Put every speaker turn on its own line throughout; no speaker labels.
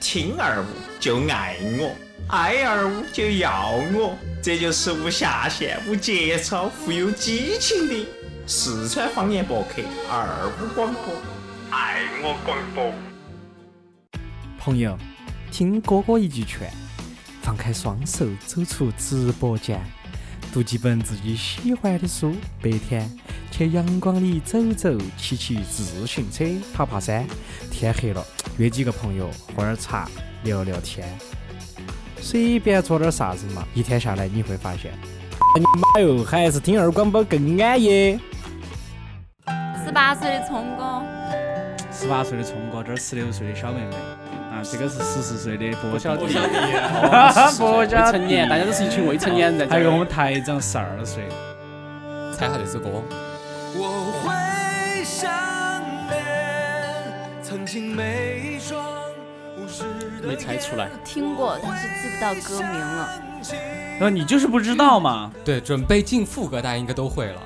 听二五就爱我，爱二五就要我，这就是无下限、无节操、富有激情的四川方言博客二五广播，爱哎我广播。
朋友，听哥哥一句劝，放开双手，走出直播间，读几本自己喜欢的书。白天去阳光里走走，骑骑自行车，爬爬山。天黑了，约几个朋友喝点茶，聊聊天，随便做点啥子嘛。一天下来，你会发现，你妈哟，还是听二广播更安逸。
十八岁的聪哥，
十八岁的聪哥，这十六岁的小妹妹，啊，这个是十四岁的博小弟，
不
未
加
成年，大家都是一群未成年人。还有我们台长十二岁，
猜下这首歌。
我会想念曾经每一双无视的
没猜出来
眼
听过，但是记不到歌名了。。
然后你就是不知道嘛，
对，准备进副歌，大家应该都会了。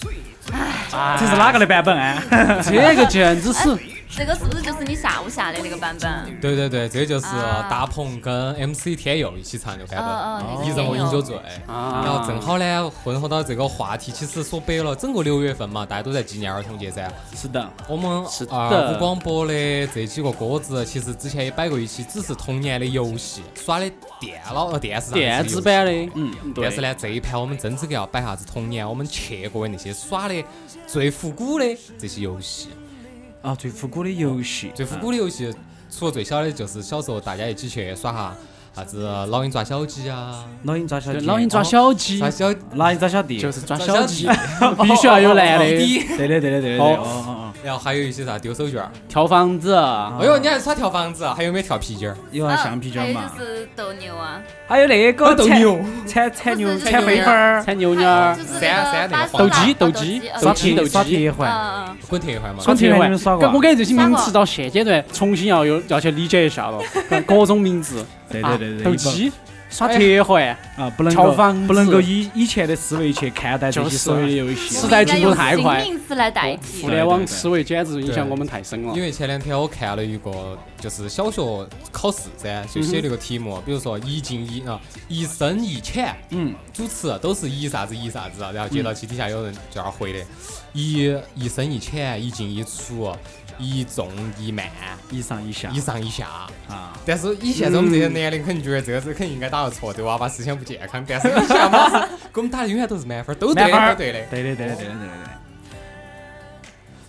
这是哪个的版本啊？
这个简直是
这个是不是就是你下午下的那个版本？
对对对，这就是
啊
大鹏跟 MC 天佑一起唱的版
嗯嗯那
本，
个
一人我饮酒醉。然后正
啊，
好呢，混合到这个话题，其实说白了，整个六月份嘛，大家都在纪念儿童节噻。
是的，
我们呃
是的
二五广播的这几个歌子，其实之前也摆过一期，只是童年的游戏耍的电脑呃电视上的
电
游戏
子版的，
嗯，对
但是，呢，这一盘我们真正要摆啥子童年我们去过的那些耍的最复古的这些游戏，
啊，最复古的游戏，
最复古的游戏，除了最小的，就是小时候大家一起去耍哈啥子老鹰抓小鸡啊，
老鹰抓小
就
鸡，
老鹰抓小鸡
抓，小
老鹰抓小弟，
就是抓
小
小 鸡，必须要有男
老
的，
鹰
对的，对的，对的，对的
哦
哦哦
然后还有一些啥丢手绢儿，
跳房子，
哎呦，你还耍跳房子，啊还有没有跳皮筋儿？
哦，有啊，橡皮筋儿
还有
嘛
就，是斗牛啊，
还有那个
斗
铲
牛，
铲铲牛、
不是
铲
就是
飞粉儿、
踩
还
牛牛
有
儿
就，是
三
那
三
个
那
巴
个
士
斗
大
鸡
斗
斗鸡
呃
斗
斗
鸡
鸡
斗
耍
鸡
铁
嗯
环，
嗯，嗯
滚铁环嘛，
耍
耍
铁
铁
环
环
你们耍过
感
啊
我？感觉这些
耍
名
过
词到现阶段重新要有要去理解一下了，各各种名字，
对
啊
对对对，
斗
一般
鸡，耍铁环，
啊，不能
敲
够
房子
不能够以以前的思维去看待这
就
些
是
所有的游戏，
时代进步太
我们应该
快
用新名词来代替
互。联网思维简直影响
对
我们太深了
因。为前两天我看了一个，就是小学考试噻，就写了一个题目，比如说一进一啊，一深一浅，
嗯，
主词啊都是一啥子一啥子啊，然后接到起底下有人就要回的，一一深一浅，一进一出，一重一慢，
一上一下
一上一下。
啊，
但是以现在我们这些年龄肯定觉得这个是肯定应该打个错，对娃娃思想不健康，但是你想嘛， 给我们打的永远都是满分，都对
满分
的，
儿
都对的。
对的对的对的对的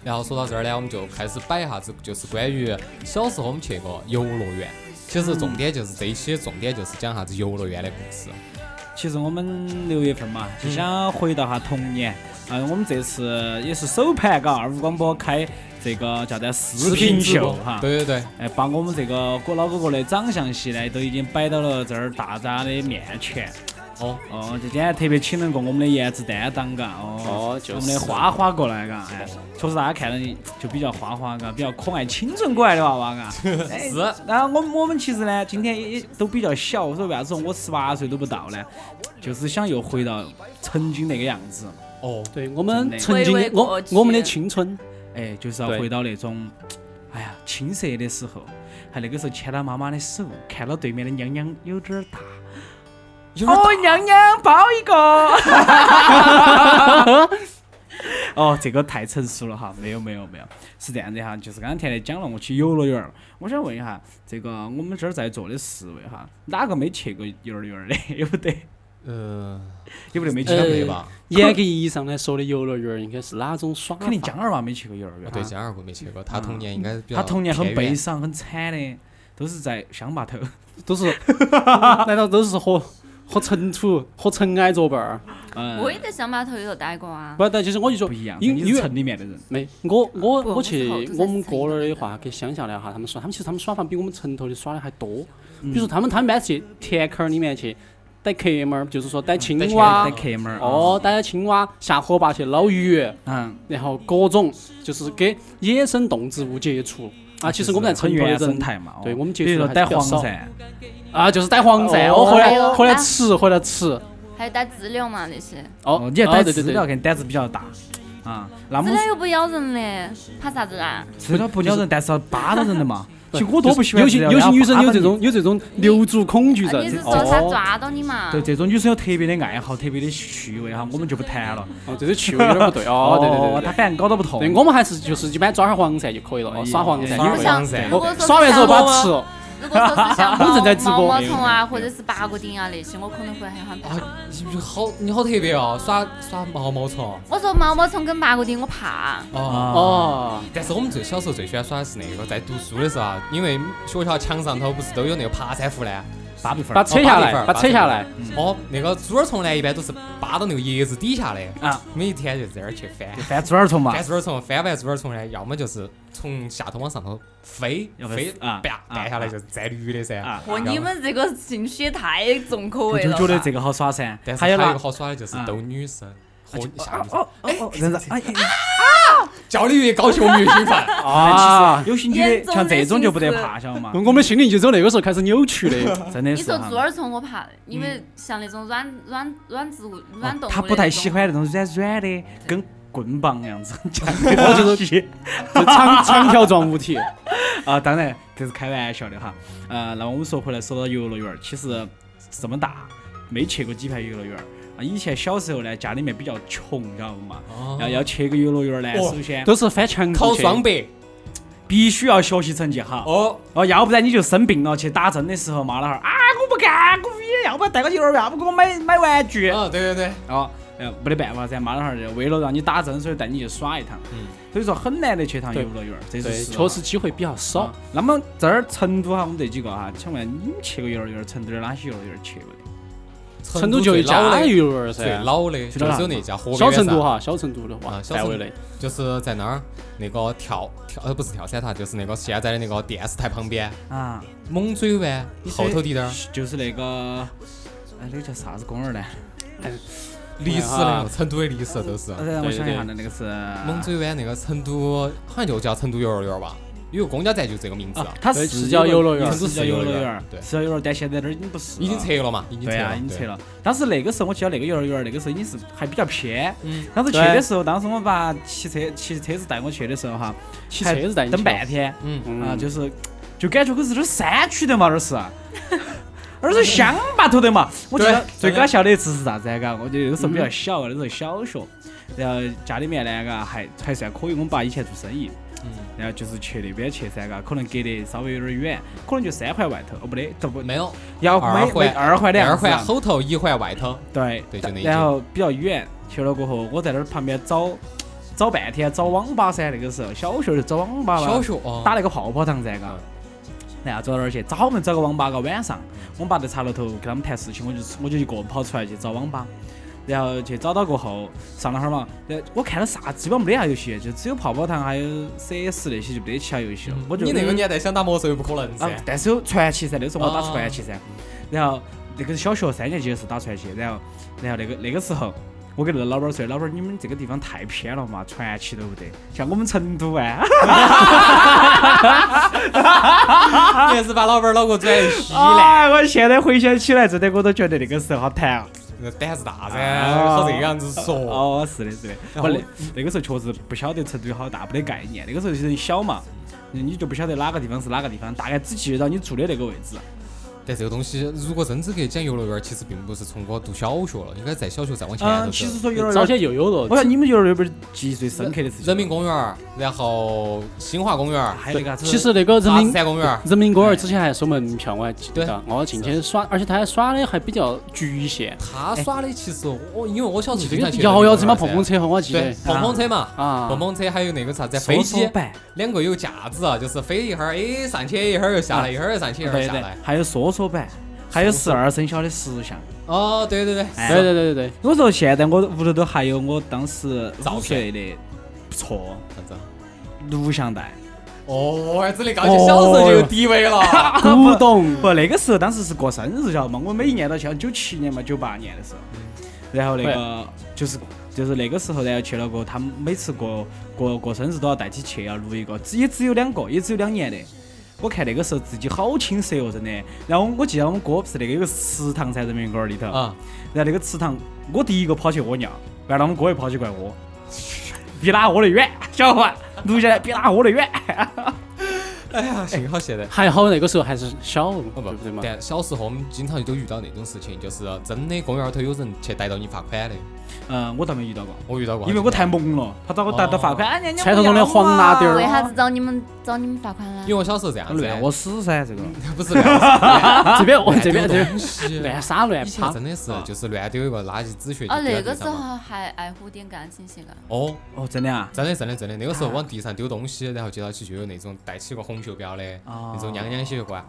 然后说到这儿呢，我们就开始摆一下子，就是关于小时候我们去过游乐园。其实重点就是这一期，重点就是讲啥子游乐园的故事。
对。其实我们六月份嘛，就想回到哈童年。啊，我们这次也是首盘，嘎，二五广播开这个叫做视频
直播
秀哈。
对对对，
哎，把我们这个哥老哥哥的长相系呢，都已经摆到了这儿大家的面前。
哦，
哦，这今天特别请了个我们的颜值担当，嘎，哦，
哦就
我
是
们的花花过来，嘎，哎，确实大家看到你就比较花花，嘎，比较可爱、清纯可爱的娃娃， 嘎。哎
是
然后我们我们其实呢，今天也也都比较小，所以为啥子说我十八岁都不到呢？就是想又回到曾经那个样子，
哦，
对我们
真的
曾
回味
经，
过
我
去
我们的青春，
哎，就是要
对
回到那种，哎呀，青涩的时候，还那个时候牵到妈妈的手，看到对面的娘娘有点儿大，
有点
哦，娘娘包一个。 哦，这个太成熟了哈，没有没有没有，是这样的哈，就是刚刚甜甜讲了，我去游乐园儿，我想问一下，这个我们这儿在座的四位哈，哪个没去过幼儿园儿的？ 有不得？
呃，
有不得没
应
去
该
过？
没吧？
严格意义上来说的游乐园应该是哪种耍法？
肯定江二娃没去过幼儿园儿，
我呃哦啊对江二哥没去过，他童年应该比较
他童年很
偏
悲
远
伤很惨的，都是在乡坝 头。
都是，难道都是和和尘土和尘埃作伴儿？
嗯，
我也在乡坝头里头待过啊。
不，但其实我就说
不一样，
因
你
因
是
为
城里面的人。
没，我我
不
我去
我是后头
我们
才
哥那儿
才
的话，给乡下来哈，他们耍，他们其实他们耍法比我们城头的耍的还多。
嗯
比如说他们他们班去田坎儿里面去逮壳嘛儿，就是说逮青
田
蛙
带，客门儿。
哦，逮青蛙下河坝去捞鱼，
嗯，
然后各种就是给野生动植物接触。啊，其实我们在
很
城头的
原生
人
态嘛，哦
对我们接
比如
触
说
还
逮
比较
黄
少
鳝，
啊，就是逮黄鳝，
哦
我回
还有
来回来
啊
吃，回来吃。
还有打知了嘛那些，
哦，
你要
啊
逮
对
知
对对
了，肯定胆子比较大。啊，那
吃
么
了又不咬人嘞，怕啥子啊啦？
吃了不咬人，但是要扒到人的 嘛。其实我多不喜欢
有
吃
些
了
有些女生有这。
然后扒到
种有这种留住恐惧
啊
症
你是，说他
哦，
抓到你嘛
你？对，这种女生有特别的爱好，特别的趣味哈，我们就不谈了。
哦，这是趣味有点不对 哦，对对对对
她
对。
反正搞到不痛。
对，我们还是就是一般抓下黄鳝就可以了，
哎
哦耍黄鳝，
耍
我想
黄鳝，
如果说是
耍完之
像
后把
我
它吃
啊
了。
如果说是 像
我们正在
毛
直
毛
播
毛虫啊，或者是八哥顶啊那些，我可能会很害怕。
啊，你你好，你好特别哦，耍耍毛毛虫。
我说毛毛虫跟八哥顶我怕，
哦，
啊，
哦，
但是我们最小时候最喜欢耍的是那个，在读书的时候啊，因为学校墙上头不是都有那个爬山虎呢？
芭 比粉
把
儿
它扯下
哦
来，把它扯下来。。
嗯
哦，那个猪儿虫呢，一般都是扒到那个叶子底下的，
啊，
每一天就在那儿去 翻
就。翻猪儿虫嘛
翻。猪儿虫，翻完猪儿虫呢，要么就是从下头往上头飞，
要不
飞
啊
啪
啊
弹下来
啊
就是摘绿的噻。
啊
嚯，
然后
你们这个兴趣也太重口
我
味
就
了。
觉得这个好耍�噻。
但是
还
还有
有
一
那
个好耍的就是
啊
逗女生和下女生，
哦哦哦，真是哎哎
叫你越高兴我们越兴奋。
啊，嗯
有些女的像这种就不得怕，晓得嘛
我？们的心灵就走那个时候开始扭曲的。
真的
你
是
说
哈。
猪儿虫我怕，因为像那种软软软植物、软动物，
他哦不太喜。欢那种软软的，跟棍棒那样子夹
我
东
就
西
就长长条状物体，
啊。当然这是开玩笑的哈。呃，那么我们说回来，说到游乐园儿，其实这么大没去过几盘游乐园儿。啊，以前小时候呢，家里面比较穷，晓得不嘛？
哦
要要去一个游乐园儿呢，
哦
首先
都是翻墙
考
出去
双百
必须要学习成绩好。
哦，
哦，要不然你就生病了，去打针的时候，妈老汉儿啊，我不干，我非要要不然带个幼儿园，要不给我买买玩具。
啊对对对，
哦，呃，没得办法噻，妈老汉儿就为了让你打针，所以带你去耍一趟。
嗯
所以说很难得去一趟游
对
乐园儿，这是
对，
实
确
话
实机会比较
啊
少。
那么这儿成都哈，我们这几个哈，请问你们去过幼儿园儿？成都有哪些幼儿园儿去过的？
成都就一
最
家
老
哎
的
幼儿园噻
哎最，老的
去
就
哪儿
是有那家河北
小
的
成都
噻，
哈，小成都的哇，
啊小
范围
成
内
就是在那儿那个跳跳呃不是跳伞塔，就是那个现在的那个电视台旁边
啊，
猛追湾后头滴点儿，
就是那个，哎，那个叫啥子公园儿呢？
历史的成都的历史都是
呃让我
对
想一下
对
呢，那个是
猛追湾那个成都好像就叫成都幼儿园吧，有个公交站就这个名字
啊，，它
对
是
是叫游乐园
成都是叫游乐园儿，
对
是叫游乐园儿，但现在那儿已经不是了，
已经撤了嘛，已经
对
撤
啊，
了，
已经撤
对。
了。当时那个时候我记得那个幼儿园儿，那个时候已经是还比较偏。
嗯
当时去
对
的时候，当时我爸骑车骑车子带我去的时候哈，
骑车子带你
等
去
半天
嗯，
啊，
嗯，
就是就感觉可是这儿山区的嘛，这儿是。那儿是乡坝头的嘛，我记得
对嗯
最
真的
搞笑的一次是啥子啊？嘎，我觉得那个时候比较小，啊那时候小学，然后家里面呢，嘎还还算可以，我们爸以前做生意，
嗯
然后就是去那边去噻，嘎，可能隔得稍微有点远，可能就三环外头，哦不对，都不
没有
要
二
没没
环
二环的
二
样子啊
环后头一环外头，
对
对就那一
然
间
后比较远，去了过后，我在那儿旁边找找半天，找网吧噻。那个时候小学就找网吧
小
了，
学哦，
打那个泡泡糖噻，嘎
嗯。
然后走到那儿去，找我们找个网吧，嘎，晚上我们爸在茶楼头跟他们谈事情，我就我就一个人跑出来去找网吧，然后去找到过后上了会儿嘛，呃，我看了啥基本没得啥游戏，就只有泡泡糖还有 CS 那些就没得其他游戏了。我就
嗯你那个
嗯
年代想打魔兽又不可能
啊
噻，，
但是有传奇噻，那时候我打
哦
传奇噻，然后那个是小学三年级的时候打传奇，然后然后那个那个时候。我跟那个老板说，老板，你们这个地方太偏了嘛，传奇都不得，像我们成都啊，
啊
你还是把老板脑壳转一稀烂，
哎，我现在回想起来，真的我都觉得那个时候好谈啊。
那胆子大噻，
啊
好这个样子
啊
说，
哦，是的，是的，
然
不
后
那那个时候确实不晓得成都有好大，没得概念，那个时候人小嘛，你就不晓得哪个地方是哪个地方，大概只记得到你住的那个位置。
但这个东西如果真资格讲游乐园，其实并不是从我读小学了，应该在小学再往前
啊
嗯，
头走
其实。说幼儿
早
园，
些又有
我
了
想你们幼儿园不是记忆最深刻的事情？
人民公园，然后新华公园，
还有那个啥子？
其实那个人
大石
民哎
山公园，
人民公园之前还收门票，我还记
对
得，我进去耍，而且他还耍的还比较局限，
他耍的其实我因为我小时候
这
经
个
常去
摇摇车嘛，
人民
碰
公园
碰
噻，
车和我记
对
得，
碰碰车嘛。
啊
碰，碰车还有那个啥子飞
缩缩
机，
板
两个有架子，啊就是飞一会儿，哎上去一会儿又
啊
下来，一会儿又上去一会儿
对
又下
对
来。，
还有缩缩版，还有十二生肖的石像。
哦，对对对，
哎
对对对对
我说现在我屋头都还有我当时
照
五岁的，不错，
啥子？
录像带。
哦，还真的高级，小时候就有地位了。
对，古董
不，那个时候当时是过生日，晓得嘛？我每一年都去，九七年嘛，九八年的时候，
嗯
然后那个就是就是那个时候，然后去了过，他们每次过过过生日都要带起去，要录一个，只也只有两个，也只有两年的。我看那个时候自己好青涩哦，真的。然后我记得我们哥不是那个有个祠堂噻，人民公园里头，
啊，
然后那个池塘，我第一个跑去屙尿，完了我们哥又跑去怪我。比哪窝得远， 小伙伴，录下来比哪窝得远。
哎呀，幸好现在。
还好那个时候还是小，
哦不
对不对嘛？
但小时候我们经常就都遇到那种事情，就是真的公园儿头有人去逮到你罚款的，
嗯，我倒没遇到过，
我哦遇到过。
因为我太萌了，他找我打到罚款，哎人家
传说中的黄辣丁
不
儿
为
要
啥
嘛
子找你们找你们罚款啊呢
因为？我小时候这样子的，
乱我死噻，这个。
不 是乱
这边我
我
这边这边
东西。
乱撒乱
以前
趴，
真的是就是乱丢一个垃圾纸屑就
哦，
丢在
那
地
个时
上嘛。
候还爱护点干净些个。
哦，
哦，真的啊？
真的真的真的，那个时候往地上丢东西，然后接到起就有那种带起个红袖标的，
哦
那种娘娘些就过来，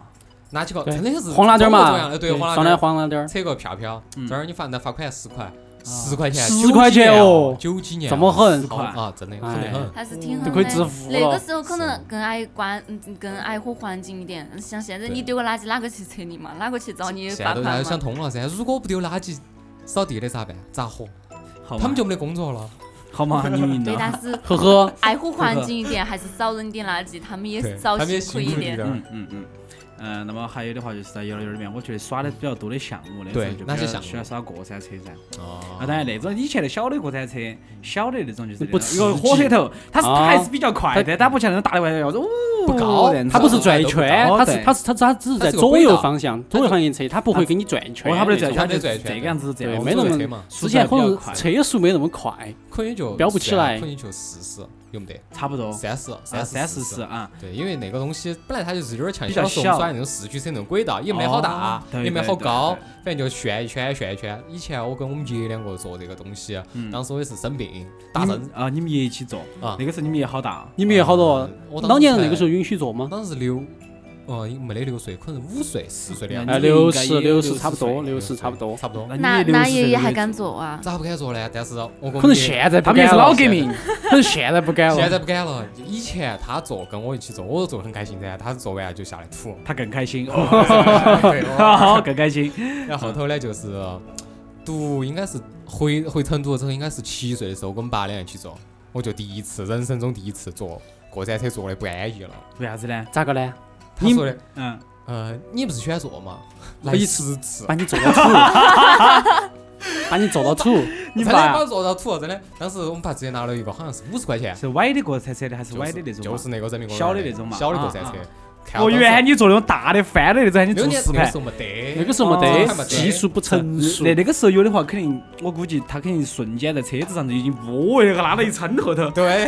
拿起个真的是
黄辣丁儿
装模作样
嘛，
的对，黄
上
辣丁
来
儿
黄辣丁儿，
扯个票票，
嗯
这儿你罚单罚款十块，
啊
十块钱，
10块钱哦
九几年
这么哎狠
好啊，真的狠得很。
还是挺
都
狠
可以
的
致富
那个
了。
时候可能更爱关，嗯，更爱护环境一点。像现在你
对
丢个垃圾，哪个去扯你嘛？哪个去找你
现
罚
在都
款
大家想
嘛？
通了噻，如果不丢垃圾，扫地的咋办？咋活？
好嘛
他们就没得工作了。
好嘛，你们赢
对，但
了。
是
呵呵，
爱护环境一点，还是少扔点垃圾，他们也
对，
是
他
少
们也
辛
辛
苦一
苦一
点
点。儿。
嗯嗯嗯。呃，那么还有的话就是在游乐园里面，我觉得耍的比较多的项目，那时
对
候就
哪
比
些
较
项目
喜欢耍过山车噻。
哦
啊，当然那种以前的小的过山车，小的那种就是
不
那种一个火车头，它是它还是比较快的，它不像那种大的玩意儿要呜
啊不高
这样子
它不是转一圈，
哦
它是
对
它是它它只是
它
在
是个
左
轨
右
道
方向，左右方向车，它不会给你转一圈
哦，它
那种。
不得转，
它不
就
得
是
转
这个样子，这
对，
样
没
那
那
么啊
子。
车嘛
么，之前可
速度
能
比较快
车速没那么快，
可以就
飙不起来
可以就四十，有没得？
差不多，
三十，
啊，
三
三四十。啊，
对，因为那个东西本来它就是有点像
比较
小时候我
小
们耍的那种四驱车那种轨道，也没得好大
哦，对
也没
对
好
对
高
对，
反正就旋一圈旋一圈。以前我跟我们爷两个坐这个东西，啊
嗯
当时我也是生病打
你
针
们，啊，你们爷一起坐
啊
那个时候你们爷好大，
你们有好
哦
多啊
嗯我当时
老年人
才
那个时候允许坐吗？
当时六，呃，没得六岁，可能五岁、四岁的样
嗯
子，
哎，
你们
六
应该也
十
有
六
60
十差不多，
岁
六十差不多。
差不多。
那
那
你们
那
啊六十
爷爷还
六
敢做啊？
咋不敢做呢？但是我跟我
可能哦
爷
现在不
他们也
敢
是
了
老革命，
可能现在不敢
现
了。
在不敢了。以前他坐跟我一起坐，我坐很开心噻，他坐完就下来吐。
他更开心，哦
对哦
好更开心。
然后后头呢，就是读应该是回回成都之后，应该是七岁的时候，我们爸两人去坐，我就第一次人生中第一次坐过山车，坐的不安逸了。
为啥子呢？
咋个呢？
他说的，
嗯，
呃，你不是喜欢坐嘛，来
我一
十次，
把你坐到土， 把你坐到 土，
你
真的把
爸
我坐到吐，真的。当时我们爸直接拿了一个好像是五十块钱，
是歪的过山车的还是
就
歪的那种嘛？
就是那个人民公园
小的那种嘛
小的过山车
啊。
看
哦，
到当时
原来你坐那种大的翻的那种，还你
六
坐
年
四
那个
排
时。候没得，
那个时候没
哦
得技术不成熟
那。那个时候有的话，肯定我估计他肯定瞬间在车子上就已经呜，那个拉到一撑后 头，
对，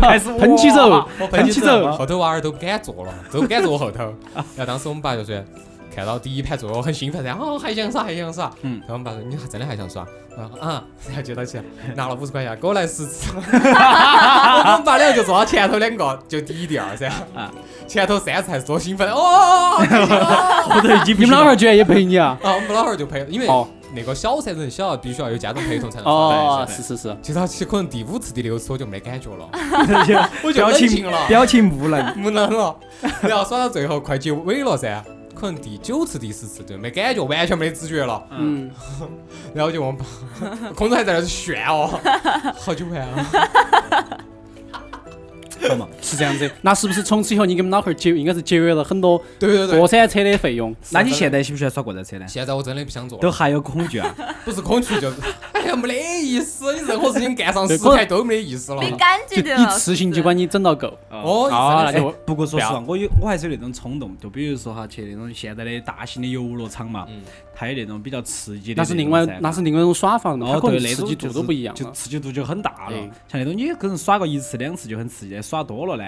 开始
喷起走，
我
喷起走。
后头娃儿都不敢坐了，都不敢坐后头。 然后当时我们爸就说，看到第一排坐我很兴奋噻，然后还想耍还想耍。
嗯
然后我们爸说你还真的还想耍？然后啊，然后接到起拿了五十块钱给我来十次。 我们爸两个就坐到前头两个，就第一第二噻。
啊
前头三次还是多兴奋的哦。开心哦
后头已经
你们老汉 儿居然也陪你啊？
啊，我们老汉儿就陪，因为
哦
那个小噻人小，必须要有家长陪同才能耍
哦，
对。
是是是，
其实他其实可能第五次、第六次我就没感觉了，
我
我就
表
冷静
情
了。
表情木讷，
木能了，然后耍到最后快结尾了噻，可能第九次、第十次就没感觉，完全没得知觉了。
嗯，
然后就我们爸，空中还在那儿炫哦， 好久玩啊！
好嘛？
是这样子。那是不是从此以后你给我们老汉儿节应该是节约了很多
对对对
过，山车的费用？
那你现在喜不喜欢耍过山车呢？
现在我真的不想做
都
了，
还有恐惧 啊？
不是恐惧就是，哎呀没得意思，你任何事情干上
对
十
可能
台都没得意思了。
没感
就
觉的
一次性就把你整到够。
哦，
好，那
真的是
就
哎不过说实
不
话
要，
我有我还是有那种冲动，就比如说哈，去那种现在的大型的游乐场嘛，它嗯有那种比较刺激的
那
种
是
噻。
另外那是另外一种耍法嘛，
哦，
它可
对，
能
那
刺
种
激
就
度
是
都不一样啊
就
了。哎
刺激度就很大了
对。
像那种你可能耍个一次两次就很刺激，哎耍多了呢，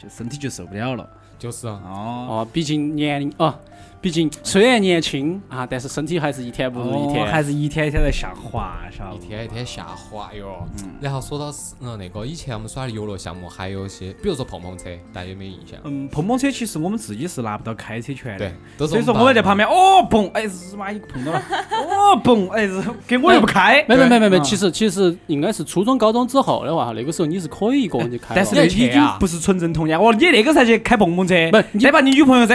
就身体就受不了了。
就是 啊，
哦，
哦，毕竟年龄哦，毕竟虽然年轻啊，但是身体还是一天不如一天。
哦还是一天一天在下滑，晓
一
得不？
天一天下滑哟。然后说到是嗯那个以前我们耍的游乐项目，还有一些，比如说碰碰车，大家有没有印象？
嗯，碰碰车其实我们自己是拿不到开车权的
对，，都是
所以说
爸
我们在旁边哦蹦，哎日妈你碰到了，哦蹦，哎日给我又不开，
没没没没没，
嗯
其实其实应该是初中、高中之后的话，那个时候你是可以一个人去开了。
但是那已
你还去
经
啊
不是纯正童年，哦，你那个才去开碰碰车，
不你
再把你女朋友噻，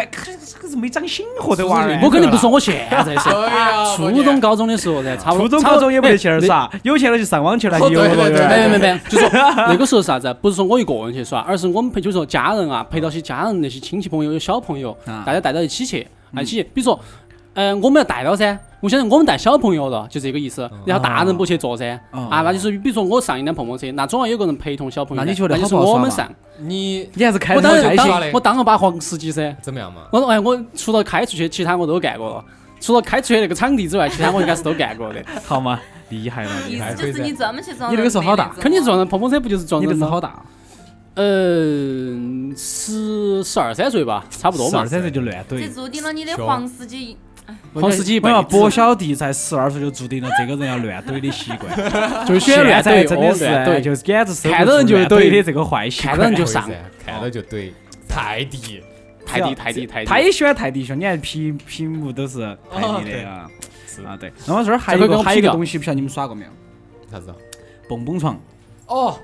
这个是没长心和的娃儿。
我肯定不说我现在 是，
对呀不
初
然
中、高中的时候噻，差不多。
初中、
差不
高
多
中也啊没得去那儿。
哎
耍，有钱了就上网去了，
哦
游乐
对对对
那
园。
没没 没没，就说那个时候是啥子？啊不是说我一个人去耍，而是我们陪，就是说家人啊，陪到些家人那些亲戚朋友、有小朋友，
啊
大家带到一起去，一起去。比如说嗯，我们要带到噻。我相信我们带小朋友了，就这个意思。然后大人不去坐噻，
嗯哦
啊，那就是比如说我上一辆碰碰车，那总要有个人陪同小朋友
那
来。
你觉得
那就是
好不好
我们
耍
上
嘛？
你
你还是开
我
得
当
好
然
开
耍
心。
当
嘞
我当了把黄司机噻。
怎么样嘛？
我说哎，我除了开出去，其他我都干过了。除了开出去那个场地之外，其他我应该是都干 过的。
好嘛，厉害了，
意
厉害
思
了！
就是你专门去撞
你那
人
个时候
的
好大
那种
肯定撞人，碰碰车不就是撞
你
人
那是
吗？
好大，啊
呃，十十二三岁吧，差不多
十
嘛
二。三岁就乱
这
怼。
注定了你的
熊
黄司机
黄司机一
我
辈
要
子，
薄小弟在十二岁就注定了这个人要乱怼的习 惯，
就是喜欢乱
现在
怼，
真的
哦乱
是，
怼，
就是简直收不
看到人
住
就
乱
怼
的这个坏习惯。
看到人就上
不，好意思看到就对，泰迪
泰迪泰迪泰迪。
他也喜欢泰迪熊，你看屏屏幕都是泰迪的啊
是
啊对。然后这儿还有一
哦这个跟
个
我
还有一个
劈掉
东西，不晓得你们耍过没有？
啥子啊？
蹦蹦床
哦，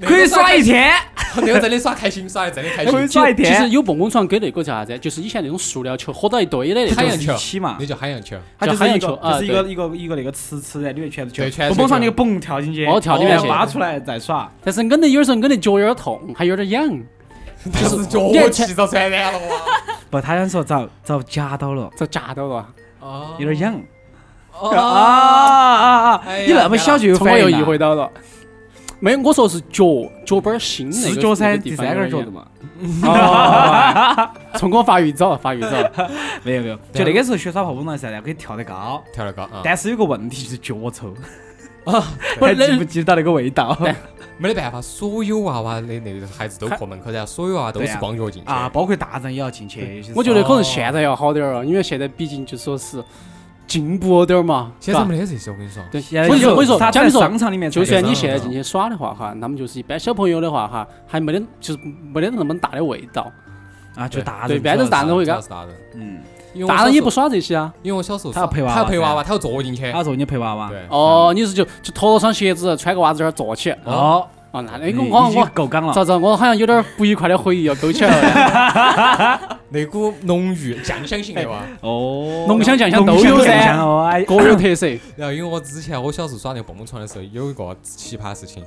可以耍一天，
那个真的耍开心，耍的真的开
可以
心。
耍一
其实
天。
有蹦蹦床跟那个叫啥子，就是以前那种塑料球合到一堆的那
海
种。
洋球
一起嘛
那，叫海洋球，
它就
叫海
是一
洋
个
球啊
就是一个一个一个那个池池在里面全是
对
球，
全是
蹦蹦床那
球
个蹦跳进去，
哦跳
里面去
扒出来再耍。
但是摁的有时候摁的脚有点痛，还有点痒，
就是脚气遭传染了哇！
不，他想说遭遭夹到了，
遭夹到了。
哦
有点痒。
哦
啊啊啊！
哎呀
你那么小就有
从我
反
又
应啊
意会
了，
到了。没有，我说是脚脚板儿新那个
是脚噻，
那个
第
地方
三根
有点
脚
痒
的嘛。 哦
从我发育早，发育早，
没有没有，
啊
就那个时候学耍泡泡糖噻，然后可以跳得高，
跳得高啊，
但是有个问题就是脚 臭，
不
还
是
记
啊那
不记得到那个味 道？
没得办法，所有娃娃的那个孩子都破门口噻，所有娃娃都
对
是
啊
光脚进去
啊，。包括大人也要进去。
我觉得可能现在要好点儿了，因为现在毕竟就说是进步了点儿嘛。
现在
是吧
没得这些，我跟你说，
对，
现在
我跟你说，我跟你说，
他
假
在
如说
商场里面才
就
有，
算你现在进去耍的话哈，他们就是一般小朋友的话哈，还没得就是没得那么大的味道，
啊，就大人
对，一般
主
都
要
是大人会
主
干
要，是大人，
嗯，
因为我
大人也
小
不
时候，
耍这些啊。
因为我小时候
他要
是
陪娃娃
他要陪娃
噻
娃，他要坐进去。
他说你陪娃娃，
对，
哦，你是就就脱了双鞋子，穿个袜子在那儿坐起。
嗯哦，
哦，那
已
那个
经
我我
够刚了，
咋子？我好像有点不愉快的回忆哦要勾起来 了。
那股浓郁酱香
哎
型的哇。
哦，
浓香酱香都有噻
浓香酱香哦，哎
各有 特色，
然后因为我之前我小时候耍那个蹦蹦床的时候，有一个奇葩事情，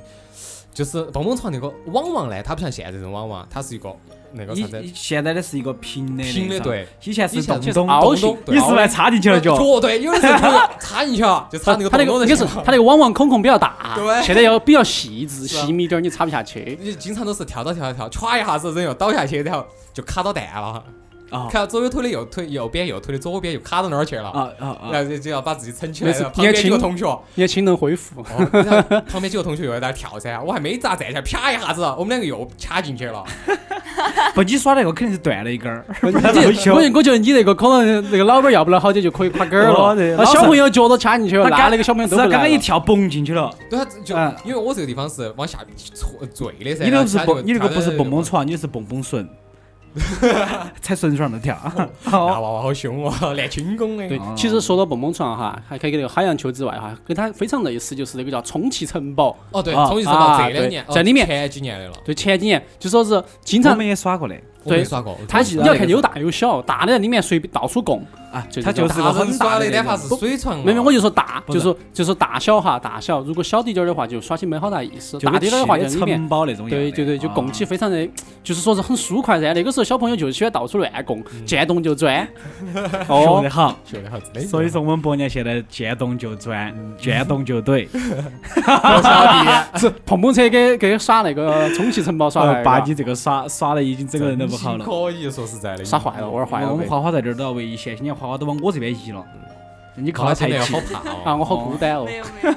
就是蹦蹦床那个网网呢，它不像现在这种网网，它是一个那个啥子
以以现在的是一个平的那
平的
种，
对，
以前是
以前
洞
就是
洞，
凹
洞
形
洞，对
你是不是插进去了脚？
脚对，有的时候就是 插进去啊，就插
它
那个
它那个应
洞洞
该
进
是
去
它那个网网孔孔比较大，
对
现在要比较细致
是啊
细密点儿，你插不下去。
你经常都是跳到跳到跳，歘一下子人又倒下去，然后就卡到蛋了，
啊
看到左右腿的右腿，右边右腿的左边又卡到那儿去了，
啊啊啊！
然后就就要把自己撑起来。
没事
然后旁边几
年
个
轻
同学，哦
年轻人恢复，
然后旁边几个同学又在那儿跳噻，我还没咋站起来，啪一下子，我们两个又掐进去了。
不，你耍那个肯定是断了一根儿，不
你
然 怎么修
我我觉得你那个可能那个老板要不了好久就可以垮杆儿
哦
了
对，
那
老
小
是
朋友脚都掐进去了，
他
那
刚
那个小朋友
只要
都
啊
不
刚
来
刚
了
一跳蹦进去了，
对，他就
嗯
因为我这个地方是往下戳坠的噻。
你那个
然后
是
他就
蹦，你那个不是蹦蹦
他
床，你是蹦蹦绳，踩绳上的跳。
就
好
那娃娃好凶哦， 练轻功的。
对
哦，
其实说到蹦蹦床哈，还可以跟那个海洋球之外哈，跟它非常类似，就是那个叫充气城堡。
哦，对，
啊
从一直到这
啊
两年，
对
哦
在里面
前几年的了，
对，前几年就说是经
我
常
们也耍过的
我没
对
耍过。我
它
从
是
来
你要看有大有小，大的在里面随便到处供。
啊
就，
它
这种
就是个
大
很
人耍
大
的
的
哪
那
怕
种。
是水床啊，
没有，我就说大，
不
就是说就说大小哈，大小。如果小滴点儿的话，就耍起没好大意思；大滴点儿的话，就在里面。
城堡那种一样
对
的。
对对，就供起
啊。
非常的，就是说是很舒快噻。那个时候小朋友就喜欢到处乱供， 见洞就钻。
学
哦
得，好，
学得好，真的。
所以说我们伯娘现在见动就钻，见动就怼，
是碰碰车给给耍那个充气城堡耍
呃
的，
把你这个耍耍的已经整个人都不好了。
可以说实在的，
耍坏了，玩坏了
我们
被。
花花在这儿都要唯一线，今年花花都往我这边移了，你靠
靠
得
太
太
近，
近
好。怕
啊，
哦。
我好孤单哦
没。有 没有，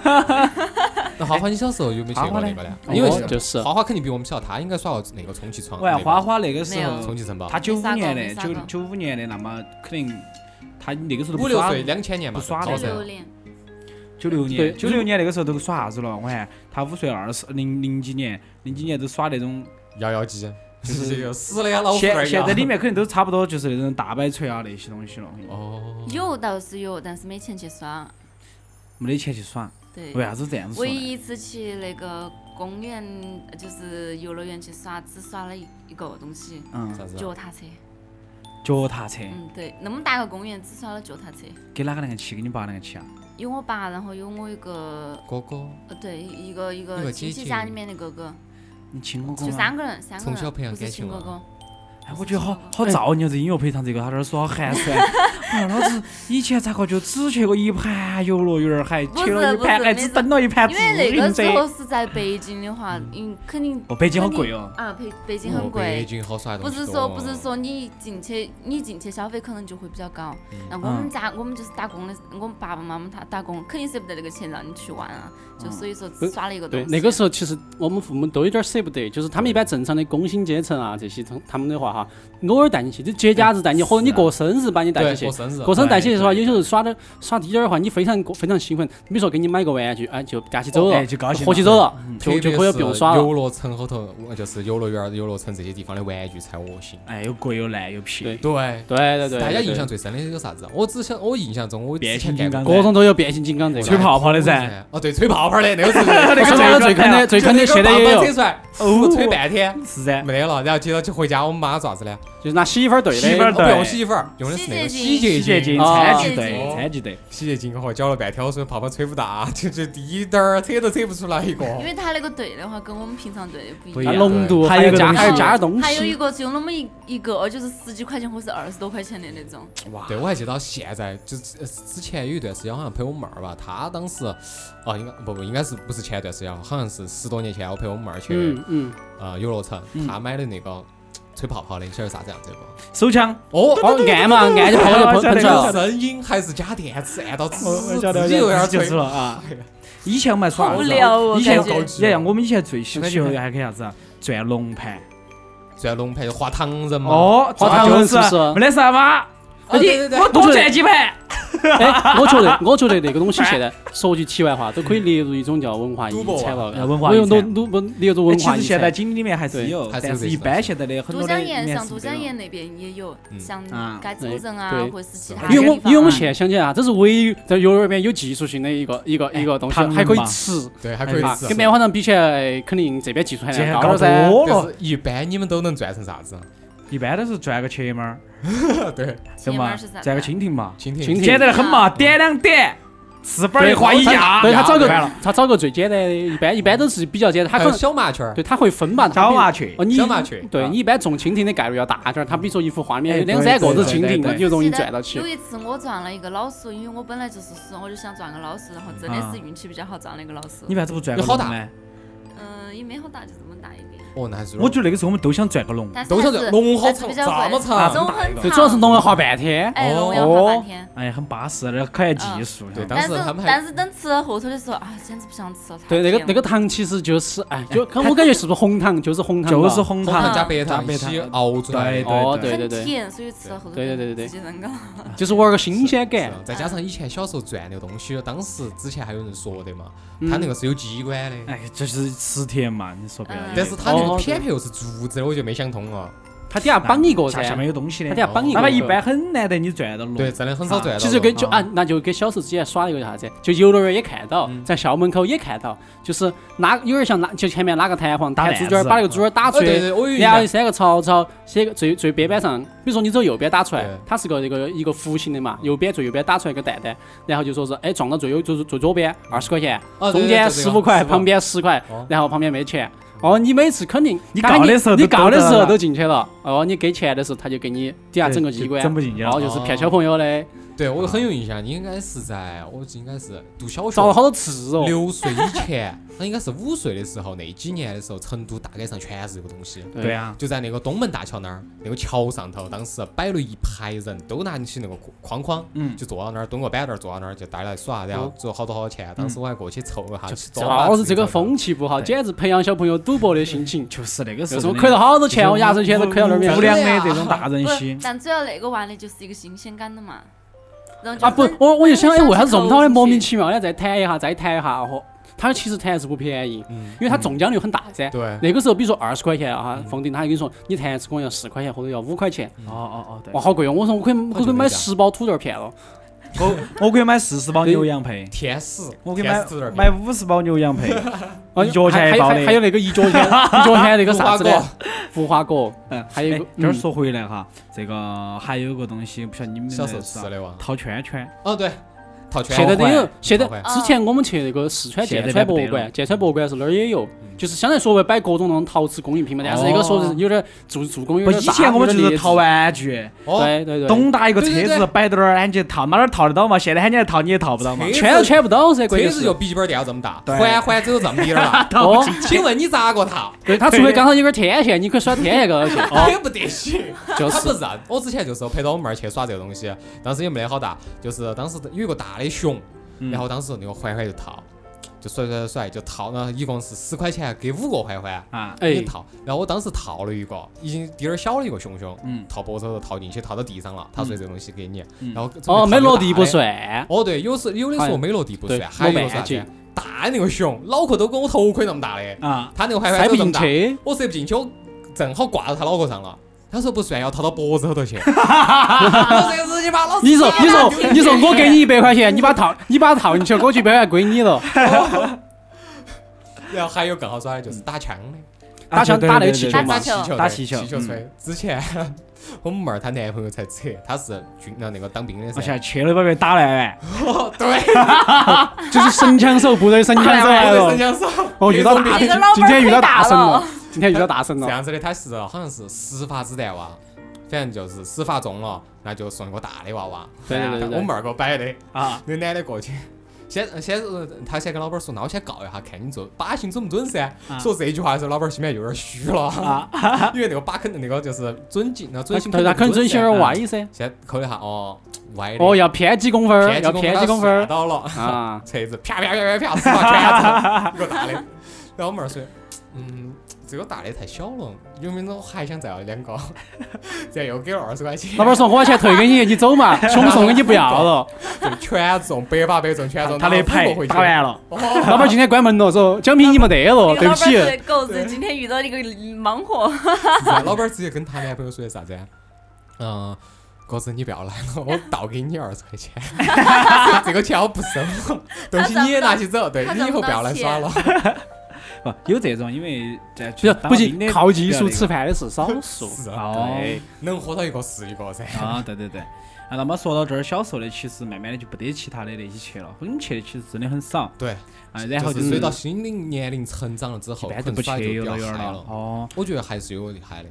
那花花，你小时候有没有去
花花
过那
嘞
个呢？
哦
因为
就是
花花肯定比我们小，他应该耍过那个充气床。
喂，
啊那个
哎花花那个时
没有
候，
充气城堡，
他九五年
没
的，
耍
九
过没耍过
九五年的，那么肯定他那个时候都
五
不
六
耍
岁，两千年嘛，
不耍
早
了
噻
六年，
九六年，
对
九六年那个时候都耍啥子了？我看他五岁二十零零几年，零几年都耍那种，
摇摇机，就是这个死的老妇儿
现
一
现
样
在里面可能都差不多就是那种大摆锤啊那些东西了，
哦，
有倒是有，但是没钱去耍。
没得钱去耍。
对，
为啥子这样子说
哎唯
呢？
一一次去那个公园，呃就是游乐园去耍，只耍了一一个东西，
嗯，
啥子啊？
脚踏车。
脚踏车
嗯，对，那么大个公园只耍了脚踏车，
给哪个两个骑？给你爸两个骑啊？
有我爸，然后有我一个，
哥哥
呃，对，一个一
一个
个亲
亲
戚
戚
家里面的哥哥，
你亲我哥
就
吗
三个人，三个
从
人，
小培养
不是
感情
亲哥
了
哥，
哎，我觉得好好造孽，这音乐配唱这个，他在这儿说好寒酸。哎呀老子以前咋个就只去过一盘游乐园儿，还
不
去
是
了一
不是
盘，还
那
只
种
蹬了一
啊
盘
因
自
为那
行
个时候
车。
是在北京的话，嗯，肯定
哦，北京好
肯定
贵哦。
啊，北北京
哦
很
北
贵。
京好耍的
不
东西
是
多
说不是说你进去你进去消费可能就会比较高，那我
嗯
们家我们就是打工的，我们爸爸妈妈他打工肯定舍不得那个钱让你去玩啊，就
嗯
所以说只耍了一个东
对
西。，
那个时候其实我们父母都有点舍不得，就是他们一般正常的工薪阶层啊，这些他他们的话哈，偶尔带你去，就节假日带你，或者你过生日把你带
对
起
过
去。
生日，啊
过生日带起去的话，
对
有些时候耍的耍低点儿的话，你非常非常兴奋。比如说给你买个玩具，哎，就带起走
哎
了，
就高兴了
合起走了，
特
就
别
就可以不用耍
啊
是
了
游。乐城后头，我就是游乐园儿、游乐城这些地方的玩具才恶心。
哎，又贵又烂又
对
皮。
对，
对对对，
大家
对
印象最深的有啥子？啊我只想，我印象中我之
变
前
形
干
金
过
刚
各种都有变形金刚这
吹
个。
泡泡的噻，
噻。哦，对，吹泡泡 的那个是那
最坑的最坑的最坑的，现在也有
吹，出来，
哦
吹半天
是噻。
没得了。然后接着就回家，我们妈咋子呢？
就是拿洗衣粉儿兑
洗衣粉
的
儿，
哦不用
对
洗衣粉儿，用的是那个
洗
洗
洁
洁
洗洁啊精、
哦
餐
洗
具
洁
对，
精
餐具对。
洗洁精和搅了半天，我说泡泡吹不大，就就滴点儿扯都扯不出来一个。
因为它那个兑的话跟我们平常兑的不
不一
一样
样。
啊浓度，
还
还
有一个
有加
东西
还有加点东
还有一
西。
个就那么一一个，就是十几块钱或是二十多块钱的那种，
对，我还记得现在就呃之前有一段时间，好像陪我妹儿吧，她当时哦，应该不不应该是不是前段时间了，好像是十多年前，我陪我妹儿去、
嗯嗯，
呃游乐城，
嗯
她买的那个吹泡泡的，你晓得啥子样子不？
手枪，
哦，
哦，按嘛按就泡就
晓
喷
得
喷出来
那
了。
个声音还是假电池，按到自
我晓
自
得
己有点儿
就
吹
是了 啊。以前我们还耍啥
好
子
无
啊
聊哦
以前
感觉
高级
也像我们以前最喜欢
我感
喜
觉
欢还看啥子啊？转龙盘。
转龙盘就画唐人嘛。
哦，
花
这
糖
就
人是不是
没得啥嘛。
哦对对对
我多转几盘。
哎，我觉得，我觉得那个东西现在说句题外话，都可以列入一种叫文化遗产了。
哎文化
我用
遗
都
产哎
都不列入文
其
化
实
遗
现在
产。
锦里里面还是
对
有，
还是
但
有
是
这
一
种
般现在的很
都
多
江
的哦
堰
面
像
是
都
没
江
得了
堰那边也有，像
啊
该州
对
人啊
对，
或者是其
是
他
吧
的
因为我
地
因为我
嗯
方
们
啊。
现在想起来啊，这是唯一在幼儿园有技术性的一个一个一个东西，
糖人
还可以
哎嘛
吃。
对，还可
哎
以
啊
吃。
跟棉花糖比起来，肯定这边技术含
现在
量
高
了噻。
多
但
了，
是一般你们都能转成啥子？
一般都是转个切嘛，
对，
对
前面
嘛
儿是啥，啊子
转个
啊
蜻蜓嘛，
蜻蜓。
蜻蜓
简单的很嘛，点两点，翅膀一划一压，
对他找个
完了，
他找个最简单的，一般一般都是比较简单，他
还
可
有
能
小麻雀儿。
对他会分嘛，他
小
比
麻雀
哦你
小麻雀
对
啊
你一般中蜻蜓的概率要大点儿，他比如说一幅画里面
哎
有两
对
三
对
个都
对
是蜻
对
蜓，
对
他就容易
记得
转到起
有。一次我撞了一个老鼠，因为我本来就是鼠，我就想撞个老鼠，然后真
啊
的是运气比较好撞了一个老鼠
你。为啥子不转个
有好
龙
大
呢？
嗯，也没好大，就这么大一点。
哦，那还是
我觉得那个时候我们都想转个龙，
但是
都
还
晓
是
得龙好
还是
长，
比
这
较
么
贵，啊
长，
龙很
对，
长，
主要是啊弄了画半天。
哎，龙要
哦
花半天。
哎，很巴适，那考验技术。
对，当
但
时
是
他们还
但是等吃了后头的时候啊，简直不想吃了。太
对，那
甜
个
了
那个糖其实就是，哎，就我感觉是不是红糖就是红糖吧，
就是红
红糖
啊
糖，
加白
加
糖
白
一起
糖
熬出来
对
的
哦，
对
对对
很
对，
甜，所以吃了后头
对对对对对
直接扔了。
就是玩个新鲜感
是。啊再加上以前小时候转那个东西，当时之前还有人说的嘛，
嗯
它那个是有机关的，
哎，就是磁铁嘛，你说白了
嗯。
但是它那个
哦
偏僻又是竹子的，我就没想通啊。
它底下绑一个噻，
下面有东西
它
的
底下，绑一个。
那么一般很难得你转到龙。
对，真的很少转到。
其实跟就
啊
啊，那就跟小时候之前耍一个啥子，就游乐园也看到，在校门口也看到，就是拉有点像拉，就前面拉个弹簧
打
弹
篮
猪圈，
子
把那个猪圈打
哦
出
对
去，
对，我有印
然后
象。
三个槽槽，写个最最边边上，比如说你走右边打出来
对，
它是个一个一个弧形的嘛，右边最右边打出来一个蛋蛋，然后就说是哎撞到最右最最左边二十块钱，
哦对
中
对
间
对对
十五块，
15
旁边十块
哦，
然后旁边没钱。哦，你每次肯定
你
他
告
给
的时候
你
都
告的
得
时候
了
都进去了，哦，你给钱的时候他就给你底
啊
下整个机关，
整不进去
然后
了。
就是骗小朋友的，
对我很有印象，应该是在我记得应该是读小学
遭了好多次哦。
六岁以前，那应该是五岁的时候，那几年的时候，成都大街上全是这个东西。
对啊，
就在那个东门大桥那儿，那个桥上头，当时摆了一排人，都拿起那个框框，
嗯
就坐到那儿，蹲个板凳儿，坐到那儿就大家来耍，然后做好多好多钱。当时我还过去凑了下，去装把
老是
自己
这个
装装
风气不好，简直培养小朋友赌博的心情。
就是那个时候
有时
真
候
的。
亏了好多钱，我压岁钱都亏到那儿面
无
去了
良的这种
啊
大人
不是
心，，
但主要那个玩的就是一个新鲜感的嘛。然后就
啊！不
真，
我我就想，哎，
真的
为啥
想去
子这么讨厌？
投
莫名
进去
其妙的再谈一下，再谈一下，哦，它其实谈是不便宜，
嗯
因为它中奖率很大噻。
对，
那个时候，比如说二十块钱啊，封顶，他还跟你说，你谈一次可能要四块钱或者要五块钱，
哦哦哦，对
哇，，好贵哦！我说我可以，我可以
就没
买
讲
十包土豆片了。
我我可以买四十包牛羊配，
天使，
我可以
天
买
使这儿
买五十包牛羊配，
啊
一角
还
钱一
还
包
还
的
还有那个一角钱，一角钱那个啥子
无花
的无花
果
果，
嗯，
还有一个
这儿
嗯
说回来哈，这个还有个东西，不晓得你们
小时候
吃
吃的哇。
套圈圈，
哦对，套圈
现在
儿。
都有，现在
老槐
之前我们去那个四川
现
剑
在
川
摆不
博
得
物
了嗯
馆，剑川博物馆是那儿也有，就是相当于说白摆各种那种陶瓷工艺品嘛，但是那个说是有点做做工
哦
有
不，
点
以
大
前我们
有
就
点
是
劣质
套玩具，
哦，
对对对，
东搭一个
对
车
对
子
对
摆到那儿喊你套，哪儿套得到嘛？现在喊你来套你也套不到嘛
车。
圈都圈不到噻，关
车
键
子
是
就笔记本电脑这么大，
对
缓缓只有这么点儿 了。
哦，
请问你咋个套？
对，他除非刚好有根天线，你可以耍天线高头去，哦，
也不得行，
就
他
是
不认。我之前就是陪到我妹儿去耍这个东西，当时也没得好大，就是当时有一个大的熊，
嗯
嗯
然后当时那个环环就套，就甩甩甩就套，然后一共是十块钱给五个环环。
啊，
哎
一，套，然后我当时套了一个，已经滴点儿小的一个熊熊，
嗯
套脖子头套进去，套到地上了。他说这个东西给你，
嗯
然后
哦，没落地不
算。
算，
哦，对，有时有的时候没落地不算，
对
还有一个
没
啥子
半斤？
大的那个熊，脑壳都跟我头盔那么大的，
啊，
他那个环环
塞
都
不
这
进
么大，
去，
我塞不进去，我正好挂到他脑壳上了。他说不算，要套到脖子后头去。我这个日你把老子
你说，你 说，你说，我给你一百块钱，你把套，你把套进去，我就一百块归你了。
然后还有更好耍的，就是打枪的，
打枪
啊对
打那个
对
气
对
球
对
嘛
气球，
打
气
气球
气球吹。之前 我们妹儿她男朋友才扯，他是军呃那那个当兵的
哦
我
噻
现。在去了把别人打烂，
哦对，
就是神枪手，部队神枪手来
我
了
真。想说，
我哦遇到大
你的老板儿
啊今天遇到大神
亏大
了，今天遇到大神
这
了。
样子的，他是好像是十发子弹娃，反正就是十发中了，那就送一个大的娃娃。
对对对对对
我妹儿给我摆的。
啊，
那男的过去，先先是他先跟老板说，那我先告一下，看你做把刑准不准噻。
啊
说这句话的时候，老板心里面有点虚了，因为那个把肯定那个就是准进，那准刑
啊对，他可能准
准
心有
噻
点。歪噻。
先扣了一下，哦，歪的，
哦，要偏几公分儿，
偏
要偏几公分
分
儿
到了，
啊！
车子啪啪啪啪啪，四把全是一个大的。然后我妹儿说，嗯，这个大的太小了，有没有还想再要两个？这又给了二十块钱，
老板说：“我把钱退给你，你走 嘛，全部送给你不要了。
就全中，百发百中，全中。
他那
然后
牌
我回去
打完了，”
老板今天关门了，说奖品你没得了，哦对不
这
起。
个老板是狗子今天遇到一个莽货，
是啊老板直接跟她男朋友说的啥子啊？嗯，哥子你不要来了，我倒给你二十块钱，这个钱我不收了，东西你也拿起走，对
他
你
找
以后
不
不
到
要来耍
钱
了。
不有这种，因为在
就是
当
不
兵
行，
的
靠技术
比较
吃饭的是少数。
是啊，
哦
对
能喝到一个是一个噻。
啊，对对对。啊，那么说到这儿，小时候的其实慢慢的就不得其他的那些去了，我们去的其实真的很少
对，
啊。然后
就是随到心龄年龄成长了之后，
一
可
般就
能
不
耍就
去
比较
游乐园
嗨
了。
了。
哦，
我觉得还是有嗨的，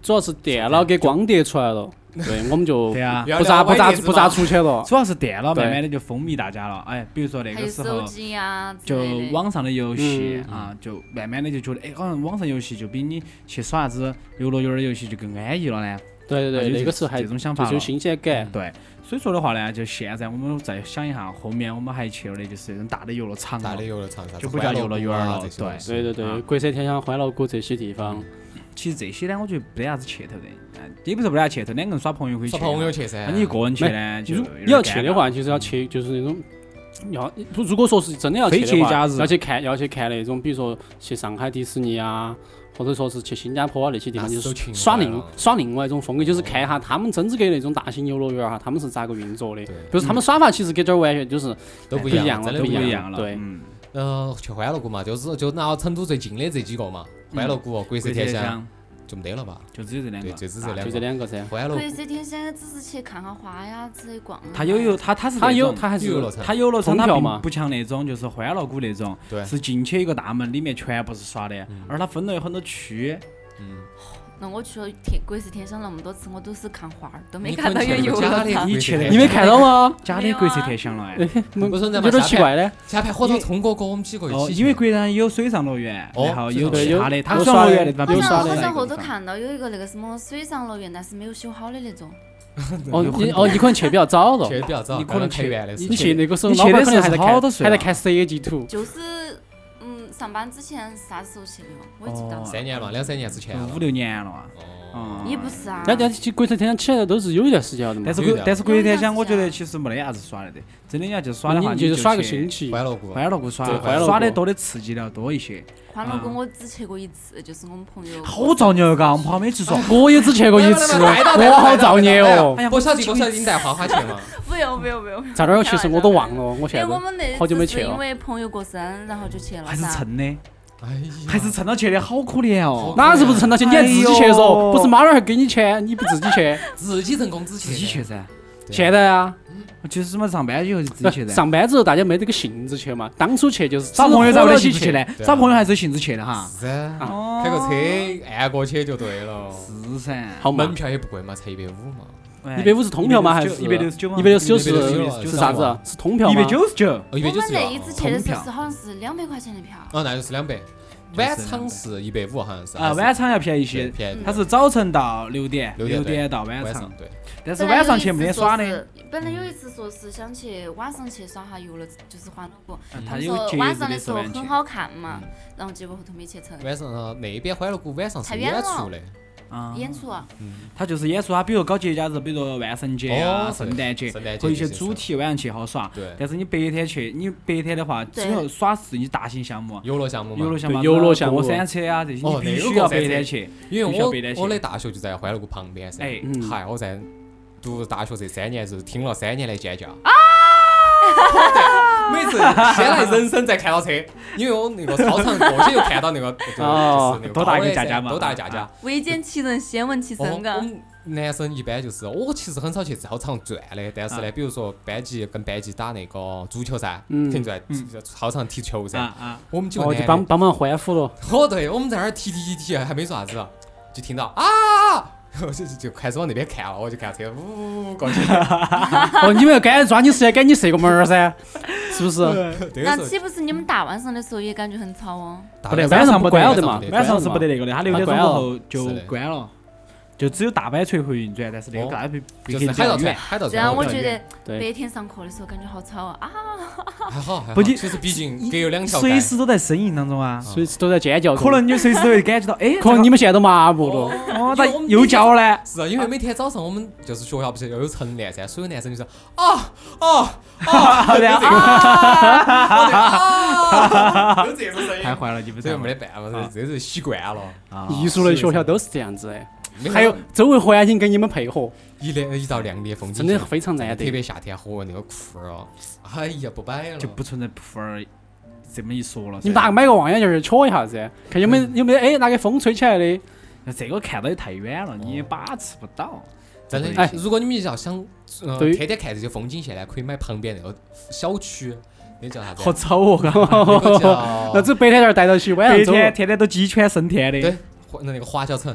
主要是电脑给光碟出来 了，对，我们就
对啊，
不咋不咋不咋出去了。
主要是电脑
对
慢慢的就风靡大家了。哎，比如说那
还
个
有
时
手
候
机呀之
就
类的，
网上的游戏
嗯
啊，就慢慢的就觉得，哎，好像网上游戏就比你去耍啥子游乐园的游戏就更安逸了呢。
对对
啊
对，
有
那个时候还
这种想法
就
了
是有新鲜感。
对，所以说的话呢，就现在我们再想一下，后面我们还去了的就是那种大的游乐场
大
了
的。游乐场啥子
就不叫游乐园
了
了，
这些东西
对对
啊
对，国色天香、欢乐谷这些地方，
其实这些呢，我觉得没啥子噱头的，哎也不是没啥噱头，两个人耍朋友可以去
耍
啊。
朋友去噻。
那你一个人去呢，就
哎
有
如
点
你要去的
尴尬，
话，就是要去，就是那种要如如果说是真的要去
非
的
节
话
假日，
要去看要去看那种，比如说去上海迪士尼啊，或者说是去新加坡啊那些地方，
那
就是是
都情
耍
怀
另
了
耍另外一种风格，就是看一下他们真正的那种大型游乐园儿啊哈，他们是咋个运作的。
对
就是他们耍法其实跟这儿完全就是
都不
不
一
一样了
真的
都
不
不
一
一
样。
样了。
对
嗯，
嗯，去欢乐谷嘛，就是就拿成都最近的这几个嘛，欢乐谷、国色
国
天
天
香就没得了吧？
就只有这两
对，
个。
就只这两
啊就这
个。
两个噻。
欢乐
可
谷
以这天现在只是去看下花呀之类啊逛。
他有有，他他是
他有
他
他还是
游乐场
他游乐场
通
他
票
并
嘛
不像那种就是欢乐谷那种，
对嗯
是进去一个大门，里面全部是耍的，而它分了有很多区。
那我去了天国色天香那么多次，我都是看花儿，都没
你
看到有
可能去
游
过家
乐
里
场。
你去的
你没看到吗？
假
没
的
有
国色
啊
天香了哎，
不存在嘛
有点
下
奇
盘
怪呢。
下盘火车通过跟我们几个一
哦，
起去，
因为国家有水上乐园，
哦
然后有
上
水
其
乐园
他的，它水
有有
上
耍
乐
的
园那地方有
有
好
耍
耍
像
的
好
的。
像后头看到有一个那个什么水上乐园，但是没有修好的那种。
哦，你哦，你可能去比较早 了
去。的比较早，
你可能
开
去
源的
你去那个时候，
你
老
去的
板可能
时候
还在
好
看
多岁
还在
了
看设计图。
就是嗯，上班之前啥时候去的嘛？我也记不到
哦。
三年嘛，两三年之前了
五。六年了啊。
哦，
嗯，
也不是啊，
那那去国色天香起来都是有一段时间了的嘛
但。是
有
国
点
但是国际天香，
有点
我觉得
像
其实没得啥子耍的的，真的你要去耍的
你
话，
就是
去
耍个星期。
欢乐谷，
欢乐谷耍
对欢乐，谷
耍的多的刺激的多一些。
欢乐
啊
谷我只去过一次，就是我们朋友。
好造孽嘎，我们旁边去 说，
我也只去过一次，啊 我好造孽哦
哎！呀
不晓得不晓得你带花花去 嘛？
不用不用不用，
在哪儿去是我都忘了，我
因为
现
我
在
们哎那
好久没
次
去
是
了
因为朋友过生，然后就去了。
还是
噻
蹭的，
哎呀，
还是蹭到去的，好可怜
好
哦。
可
哪是不是趁到钱？你还自己去
哎呦
说，不是妈老汉儿给你钱，你不自己去？
自己人工之
自己去
前，
噻，
对
现在啊，
就是嘛，上班以后就自己去噻。
上班之后大家没这个兴致去嘛，当初去就是
找朋友咋
不
不得
得
兴致去呢？
对啊
找朋友还是有兴致去的哈。
是
哦
啊，开个车按过去就对了。
是噻，
好嘛
门，票也不贵嘛，才一百五嘛。
哎
一百五是通票吗？还是
一百六十九吗？
一百六十九
169
是
169
是啥子啊？是通票吗？
一百九十九，
哦，
我
一百九
们
十
那一次去的时
通
候
票
是好像是两百块钱的票，
哦，那就是两百。晚场是一百五，好像是。
啊，晚场要便宜
一些
些。
便宜
它。是早晨到六点，
六
六
点
点到
晚
晚上，
对，
但是
本来
晚
有
上
一
去没得
次
耍
说
的
是。。本来有一次说是想去晚上去耍下游乐，就是欢乐谷。
嗯
他
它
们
有
说
节
晚
日
上的
的
时
时
候
候
很
去。
好看嘛，然后结果后头没去成。
晚上啊那边欢乐谷晚上是
太
演
远
出
了
的，
啊，
演出 啊，
它就是演出啊，比如搞节假日，比如说万圣节啊、
哦
圣诞节，
圣诞节
和一些
这些
主题晚上去好耍。
对
但是你白天去，你白天的话，只
对
有耍是你大型项目，啊
游乐项目嘛。
游乐项目、
对游乐项目
过山车啊这些，你
哦
必
那个
须
过
要
山
白
车
天去。
因
必须要
为
背得起
我我的大学就在欢乐谷旁边噻。
哎
嗯
嗨，我在读大学这三年是听了三年的尖叫。
啊
每次先来人生，再看到车，因为我那个操场过去就看到那个，就是就是
哦
那个
多大一个
高的
家家
噻
嘛
多大一个家
啊
家？
唯见其人，先闻其
我
声，
哦我
嘎。
们男生一般就是我其实很少去操场转的，但
啊
是呢，比如说班级跟班级打那个足球噻，
嗯
肯定在操场踢球
啊
噻。
啊，
我们几个
哦，
男
就
的
帮帮忙欢呼了。
哦，对，我们在那儿踢踢踢踢，还没做啥子，就听到啊， 我就就开始往那边看了，我就看车呜过去，
哦，你们要赶紧抓紧时间赶紧射个门儿噻，是不是？
啊
这个
那
时候
岂不是你们大晚上的时候也感觉很吵哦？
大
不得
晚上不关了的嘛
啊晚
晚
上是不得那个的，它六点钟
它
过
关了
后就是
的
关了，就只有大摆锤会运转，但是那个
哦
大摆锤
就
毕
是
竟比
海盗
较
船，
远。
海盗
这样
船
我
比较
觉
远，
得
对
白天上课的时候感觉好吵啊！啊，
还好还好，
不仅
其实毕竟隔有两条街
随，时都在呻吟当中啊，
随时都在尖叫中。
可能你随时都会感觉到，哎，
可能你们现在都麻木了。
哦，
因
他
为我们
又叫呢，
是啊，因为每天早上我们就是学校不是又有晨练噻，所有男生就说啊啊啊，
对啊
就这个啊，就这种声
太
音，
坏了，你们
这
这啊
个没得办法，这这是习惯了。
艺术类学校都是这样子
哦
的，
没
还有周围环境跟你们配合，
一亮一道亮丽的风景
真
线，
的非常难
特
得。
别夏天和那个裤儿哦，哎呀不摆了，
就不存在普洱这么一说了。
你们哪个买个望远镜儿去瞧一下噻，看有没
嗯
有有没有哎哪个风吹起来的？
那这个看到也太远了，你也把持不到。
真的。
哎
如果你们要想，呃，
对于
天天看这些风景线呢，可以买旁边那个小区，那叫啥子？
好丑哦！嘎
那个叫
那只白天在这儿待到起，晚
白
上走
天天天都鸡犬升天的，
对，华那那个华侨城，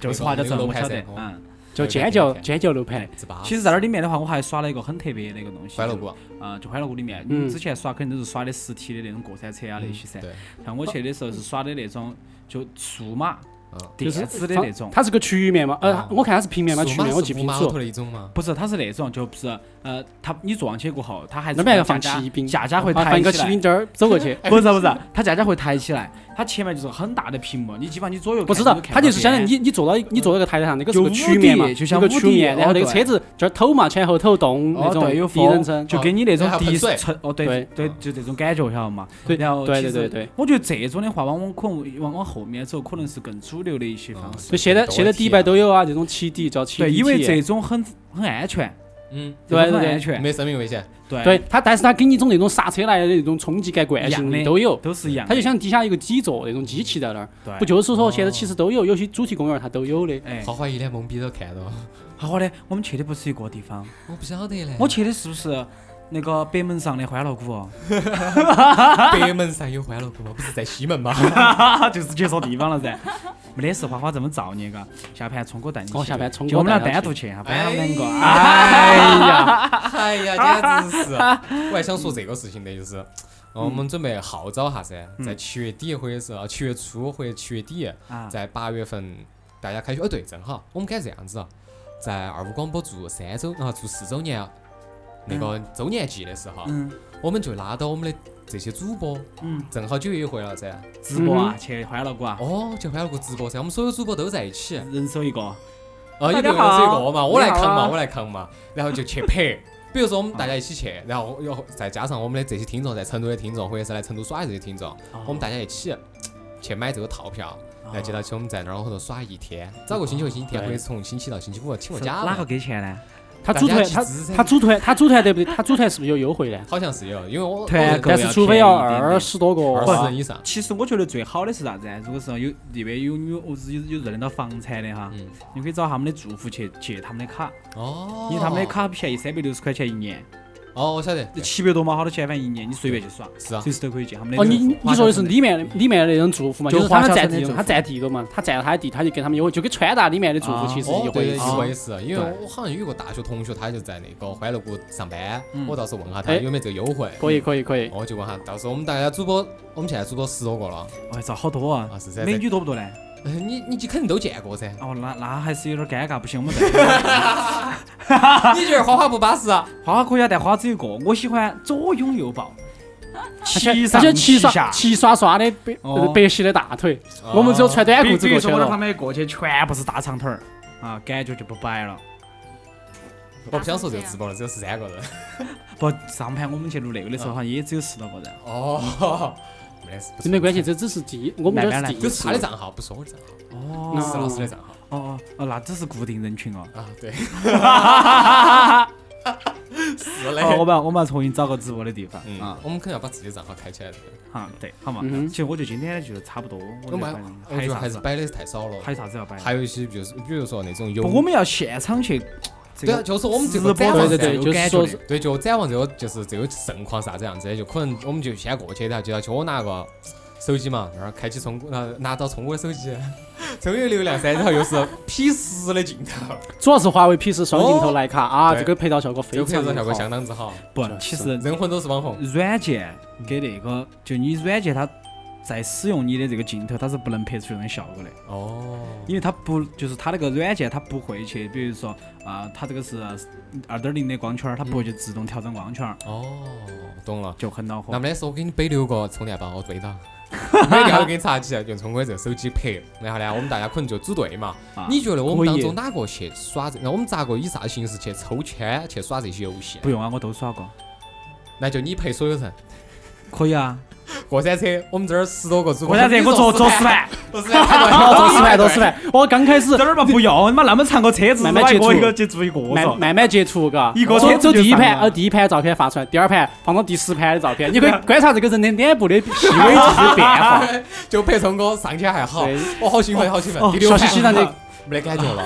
就是华侨
那
城，
个
我
楼
晓
盘
得
噻。
嗯，
就尖
那
叫
个天
尖叫楼盘。
是吧？
其实在那里面的话，我还耍了一个很特别的一个东西，
欢乐谷，
啊，就欢乐谷里面，
嗯
你之前耍肯定都是耍的实体的那种过山车啊那些噻。
嗯对，
像我去的时候是耍的那种就数码
嗯，
电
就是
子的那种，哦
它是个区域面嘛？呃
啊，
我看它是平面嘛，
数
曲
码
面
是
我记不
五
清
码头
楚。
的一种嘛。
不是，它是那种就不是呃，它你坐上去过后，它还
那边要放
架
骑兵，
架架会
啊
抬
放一个
起
骑
来
兵。针儿走过去。
不是不是，它架架会抬起来，它前面就是很大的屏幕，你基本上你左右
我
看
知道
你，看
它
不
就是
到
相当于
边
你你坐到一你坐到一个台阶上，那个是
有
个
屋
区面嘛，
顶就
有
像
个
屋
区面，
顶
然后那个
哦
车子这儿抖嘛，前后抖动那
哦
种
对，有
第一人
风，
称。
就给你那种
哦对
第一
还喷水
层哦，
对
对对，就这种感觉，晓得嘛？
对
然后
对
其
对
实
对对，
我觉得这种的话，往往可能往往后面走，可能是更主流的一些方
嗯
式。
就现在现在迪拜都有啊，这种骑底叫骑
对，
底
因为
体验
这种很很安全，
嗯，
这种
对对
很
对
安全，
没生命危险。
对
对它，但是它给你一种那种刹车来的那种冲击感、惯
一样
性
的
都有。
都是一样的。
它就像地下有个底座那种机器在那儿，
对
不就是说现在
哦
其实都有，有些主题公园它都有的。
哎，
花花一脸懵逼都看 到，
好好的，我们去的不是一个地方，
我不晓得嘞。
我去的是不是那个北门上的欢乐谷？哦
北门上有欢乐谷吗？不是在 西门吗？
就是去错地方了噻。 没得事，花花这么造孽，嘎，下盘聪哥带你去。
哦下盘聪哥
就我们俩
带他
单
去
独去，哈，班上两个。啊
哎呀， 哎 呀，简直是！我还想说这个事情的，就是，
嗯
呃我们准备号召下噻，在七月底或者是啊七月初或者七月底，
啊，
在八月份大家开学，哦对，正好我们该这样子啊，在二五广播做三周啊做四周年啊那个周年季的时候，
嗯
我们就拉到我们的这些主播，
嗯，
正好九月一回了噻，
直播啊，去欢乐谷啊，
哦，就欢乐谷直播噻，我们所有主播都在一起，
人手一个。
啊，
大家
一个人只有一个嘛，我来
你好
扛嘛，
啊
我来扛嘛，然后就去 拍。比如说我们大家一起去，然后又再加上我们的这些听众在成都的听众，或者是来成都耍的这些听众，
哦
我们大家一起去买这个套票，然后接
哦
到起我们在那儿后头耍一天，找个星期六、星期天，或者从星期到星期五请个
是
假
哪个
嘛。
给钱呢？
他组团，
大家
他
去支持
他组团，他组团对不对？他组团是不是有优惠呢？
好像是有，因为我
团
我
购
但是除非要二十多
二
个
十
啊，
人以上，
其实我觉得最好的是啥子啊？如果是有那边有有有有认得到房产的哈，
嗯
你可以找他们的住户去借他们的卡，
哦，
因为他们的卡便宜，三百六十块钱一年，
哦，我晓得，对
七百多毛好多钱，反正一年你随便去耍，
是啊
随时都可以借他们的
哦，
住户。
你你说的是里面的里面的那种住户嘛，
就是
他
华
们
侨
占
村的
地
住，户
他占地了嘛，他占了他的地，他就给他们优惠，就跟川大里面的住户其实
哦
一
对
回
一
事。
回事，因为
对
我好像有个大学同学，他就在那个欢乐谷上班，
嗯
我到时候问下他
哎
有没有这个优惠，
可以可以可以，
我就问下，到时候我们大家主播，我们现在主播十多个了，
哎，这好多啊
啊是噻
美女多不多呢？，
呃你你肯定都见 过噻
哦，那那还是有点尴尬，不行，我们再
你觉得花花不巴适啊？
花花可以啊，但花只有一个，我喜欢左拥右抱，
而
七
且
上
而且齐
下
刷。齐刷刷的白
哦
呃白皙的大腿，
哦
我们只有穿短
比
裤子
比
过
如
去
说我到
了
旁。边过去，全部是大长腿儿，啊，感觉就不摆了。
我不想说这个直播了，只有十三个人。
不，上盘我们去录那个的时候，好像也只有十多个人。
哦，没得事，不
这没关系，这只是第一，我们
慢
这
慢
是
来
第
就
一
是
次
他的。账号，不是我的账
哦
号，是老师的账号
哦哦哦，那只是固定人 群哦。
啊，对，是
哦，我
嘞。
们要我们要重新找个直播的地方
嗯
啊，。
我们肯定要把自己的账号开起来的。
好，啊对，好嘛。
嗯哼
其实我觉得今天就差不多，我觉
我
得
们
反正
还我觉
有
得
啥
哎还
子
是摆的太少了，
还有啥子要摆的？
还有一些就是比如说那种有
不，我们要现场去。这
对啊，
个
就是我们这
直
个
播
展望
对对对就
噻
是说是
对，就展望这个就是这个盛况啥子样子，就可能我们就先过去，然后就要去我拿个手机嘛，然后开启聪哥，拿拿到聪哥的手机，终于有流量噻，然后又是 P 十的镜头，
主要是华为 P 十双镜头徕卡
哦
啊，
对
这个配套效果
这
非
个拍照
常
效果
好
相。当之好，
不
是，
其实
人魂都是网红。
软件跟那个，就你软件它在使用你的这个镜头，它是不能拍出那种效果的，
哦，
因为它不就是它那个软件它不会去，比如说啊、它这个是二点零的光圈儿，它不会去自动调整光圈儿，
哦，懂了。
就很恼
那
火。
没得事，我给你背留个充电宝，我对到。每天都给你插起，用聪哥这个手机拍，然后呢，我们大家可能就组队嘛。
啊
你觉得我们当
可
中
以
哪个去耍这？那我们咋个以啥形式去抽签去耍这些游戏？
不用啊，我都耍过，
那就你陪所有人
可以啊。
过山车，我们这儿十多个主播，
过山车
你
我坐坐
十
十
盘，
万，
坐十盘，
多示范，多示范。我刚开始
哦这儿嘛不用，你妈那么长个车子，
慢慢
我一
接触
个一个去做一个嗦
慢慢慢接触，嘎，
一个
走
圈子
走
就
第一
散
盘，
了
呃，第一盘照片发出来，第二盘放到第十盘的照片， 你可以观察这个人的脸部的细微的变化。
就陪聪哥上去还好
对，
我好兴奋，好兴奋。
哦
第六
小
盘
西西那里
没得感觉了，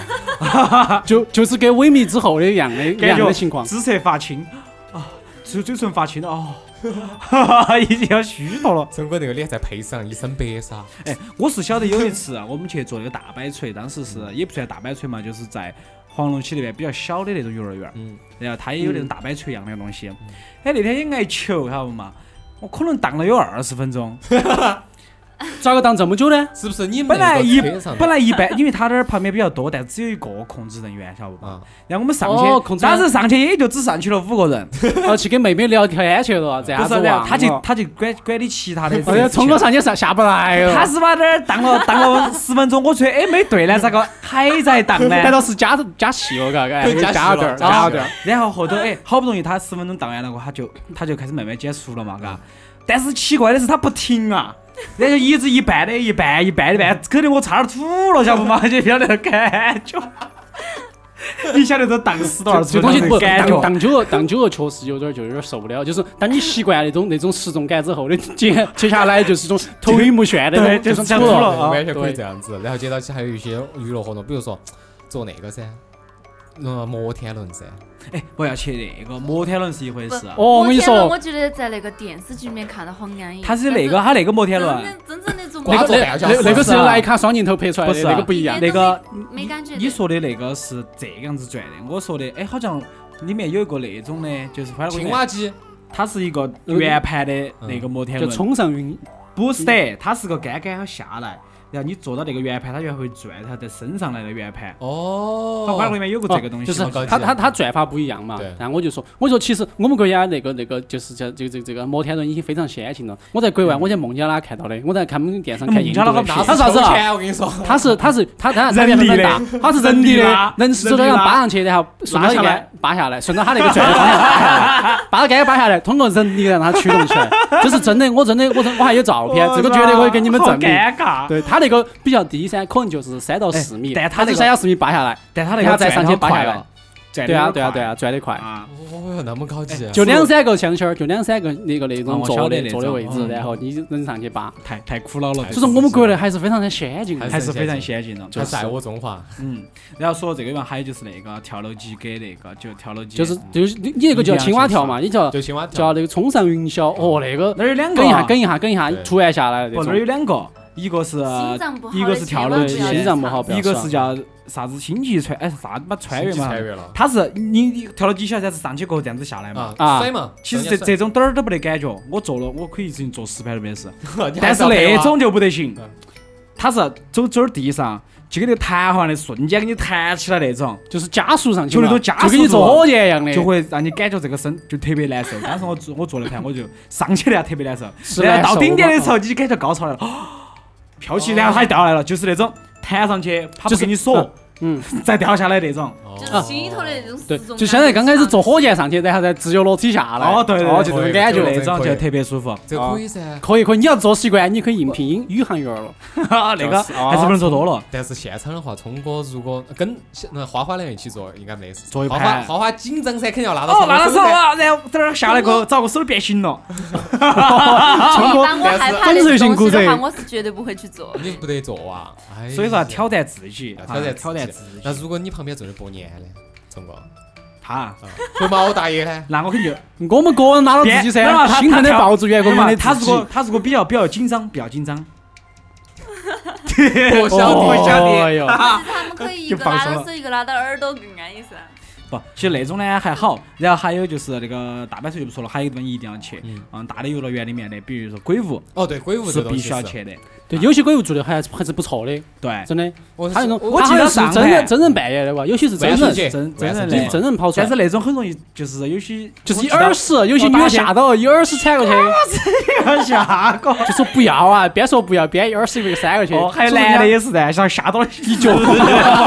就就是跟萎靡之后的一样的一
感
样
觉
的情况。
紫色发青啊，嘴嘴唇发青了哦， 哈哈哈，已经要虚脱了。
聪哥那个脸再配上一身白纱，
哎，我是晓得有一次啊我们去做那个大摆锤，当时是也不算大摆锤嘛，就是在黄龙区那边比较小的那种幼儿园儿，
嗯
然后他也有那种大摆锤一样的东西。哎，那天也挨球，晓得不嘛？我可能荡了有二十分钟，
咋个当这么久呢？
是不是？你们
本来一
那个车上
本来一般，因为他那儿旁边比较多，但只有一个控制人员，晓得不嘛？
啊，
然后我们上
哦控
去，
制
当
人
时上去也就只上去了五个人，
哦，去跟妹妹聊天去了，这
不
样
是
子，
然
哇
后，他就他就管管理其他的
啊哎呀，
事
冲
情
哥。上去上下不来哟。
他是把那儿荡了荡了十分钟，我觉得哎没对呢，咋 个还在荡呢？
难道是加加戏了，嘎，哎，
加戏
加了点
了
儿，
啊加
加了
戏
点
了
儿。
然后后头哎，好不容易他十分钟荡完了过后，他就他就开始慢慢减速了嘛，嘎。但是奇怪的是他不停啊，然后就一直一半的一半一半的半，搞得我差点吐了，晓得不嘛？ 就晓得那感觉。你晓得这荡死多少
这
次
东西不
感
当
觉？
当久了，当久了确实有点儿就有点儿受不了。就是当你习惯那种那种失重感之后的，接接下来就是一种头晕目眩的那
对就是
种，就是吐
想吐
了
了啊
完全可以这样子。然后接到起还有一些娱乐活动，比如说坐那个噻，呃，摩天轮噻，
哎，我要去那个摩天轮是一回事啊，
哦，我跟你
天呐
说
我，觉得在那个电视剧里面看到好安逸。
他是那个他那个摩天
真
轮，
正真正那种
瓜
那
子
个
坐
那
半个小时
那那个是
是啊
徕卡双镜头拍出来
不
的，
是啊
那个不一样。
那个
没感觉的
你说的那个是这个样子转的，我说的哎，好像里面有一个哎那种的，就是欢乐谷里
青
面
蛙机，
它是一个圆盘的那个摩天
嗯就
轮，
冲上云，
不是的，它是个杆杆它下来，然后你坐到那个圆盘，它就会转，它再升上来的圆盘。
哦，
它里面有个这个东西，
就是
好高级
他
啊
他他转法不一样嘛
对。
然后我就说，我说其实我们国家那个那个就是这这这这个摩天轮已经非常先进了。我在国外，我在孟加拉看到的，我在看我们电视上看
嗯孟
印
加
度
拉
的
好
片
大
它
那
是啥子
抽
啊？
签我跟你说，
它是它是它它它
人力
很
的
大，它是人力
人力
的
拉，
人是走到那
人力
样
拉
扒上去，然后顺
拉
到一
下
个
来
扒下来，顺到它那个转的方向，扒到杆扒下来，通过人力让它驱动起来，这是真的，我真的我真我还有照片，这个绝对可以给你们证明。
哦好尴尬，
对它那个比较低巻，可能就是三到四米，
哎但它那
是
个
三到四米扒下来，
但它那
然
个
后再上去
转得
扒
好
下
快
来
了，。赚
对
得
啊，
有点
对啊，
快
对啊，赚得快。
啊，
哦哟，那么高
哎
级啊，
就两三个枪签儿，就两三个那个那
啊
种
我晓
坐
得
的
那
坐的
种
位置，
嗯
然后你能上去扒。
太太苦恼了，
太
所以说我们国内还是非常的先进的，
还
还是非常先进的，
还在我中华，
嗯，然后说到这个地方，还有就是那个跳楼机给那个就跳楼机，
就是就是你你那个叫青蛙跳嘛，
嗯
你叫
就青蛙跳
叫，那个冲上云霄，哦，那个
那儿有两个
梗一下
啊，
梗一下梗一下，
对
突然下来的
不
那
那儿有
种。
两个，一个是
心脏不好的
呃一个是跳楼机
千万不要去
心脏不好
尝
不要
一个
上
是叫啥子星际穿哎啥嘛穿越
星际
嘛，
穿越了
它是你你跳楼机晓得是上去过后这样子下来嘛。
啊
啊
甩嘛，
其实这这种点儿都没得感觉，我做了，我可以一直做失败都没得事。
这，你还
但是
要陪
那
我
种就不得行
嗯，
它是走走地上就跟那个弹簧的瞬间给你弹起来那种，
就是加速上去
就
嘛，
那种加速
就跟你坐
度
火箭一样的，
就会让你感觉这个身就特别难受。当时我做我做了盘，我就上去了，特别难受。
是
然
难
后
受
到顶点的
嘛
时候，你就感觉高潮来了， 啊飘起，然后它就掉下来了，就是那种弹上去，它不
就是
给你锁，
嗯，
再掉下来那种。
哦
就是心里头的那种
对
失重，感
就相当于
很
刚开始
强
坐火箭上去，然后再自由落体下来。
哦，对对，
哦，
对
就这
这种
种
感
感
觉
觉。
那种
可以
就特别舒 服。
这可以噻，
啊
可以可以，你要做习惯，你可以应聘英宇航员了。
那个
就是哦
还是不能做多了。
但是现场的话，聪哥如果跟现那花花两人一起做，应该没事。
做一
花花
盘
花花紧张噻，肯定要拿到
哦，
聪哥
那个
手
时候
噻
啊，然后在那儿下来过后，找个手都变形了。
一般我害怕的
粉碎性
东
骨
西
折
的话，我是绝对不会去做。
你不得做啊！哎呀
所以说要挑战自己，
要
啊
挑战
挑战自
那
己。
如果你旁边坐的伯年呢，聪哥，
他，
会毛大爷呢？
那我肯定就
嗯我们个人拉到自己噻
别那，他
心疼的
他
抱住员工们的
他
自
如
己
果他如果比较比较紧张，比较紧张，
我晓
哦
得，我晓得。
哎呦
但是他们可以一
就
个
放
拿
松
到
了
手，一个拿到耳朵，更安逸 噻。
不，其实那种呢还好。然后还有就是那个大摆锤就不说了，还有一个地方一定要去
嗯，
嗯，大的游乐园里面的，比如说鬼屋
哦，对，鬼屋
是
这东
必
西
须要
是。
去的。
对，有些鬼屋做的还是还是不错的，
对，
真的。
我是
他那种，
我
记
他
得
好像
上
是真
海
人真人扮演的吧，有些是真
万圣
人，
节，
真
万圣
真人
节
是
嘞
嘛
真人跑出
但
来
是。那种很容易就是有些
就是一耳
屎
屎，有些女的吓到，一耳屎传过去，
下过。
就说不要啊，边说不要边一耳屎一个扇过去。
哦，还有
说人
男的
家
也是噻，想吓到 一脚。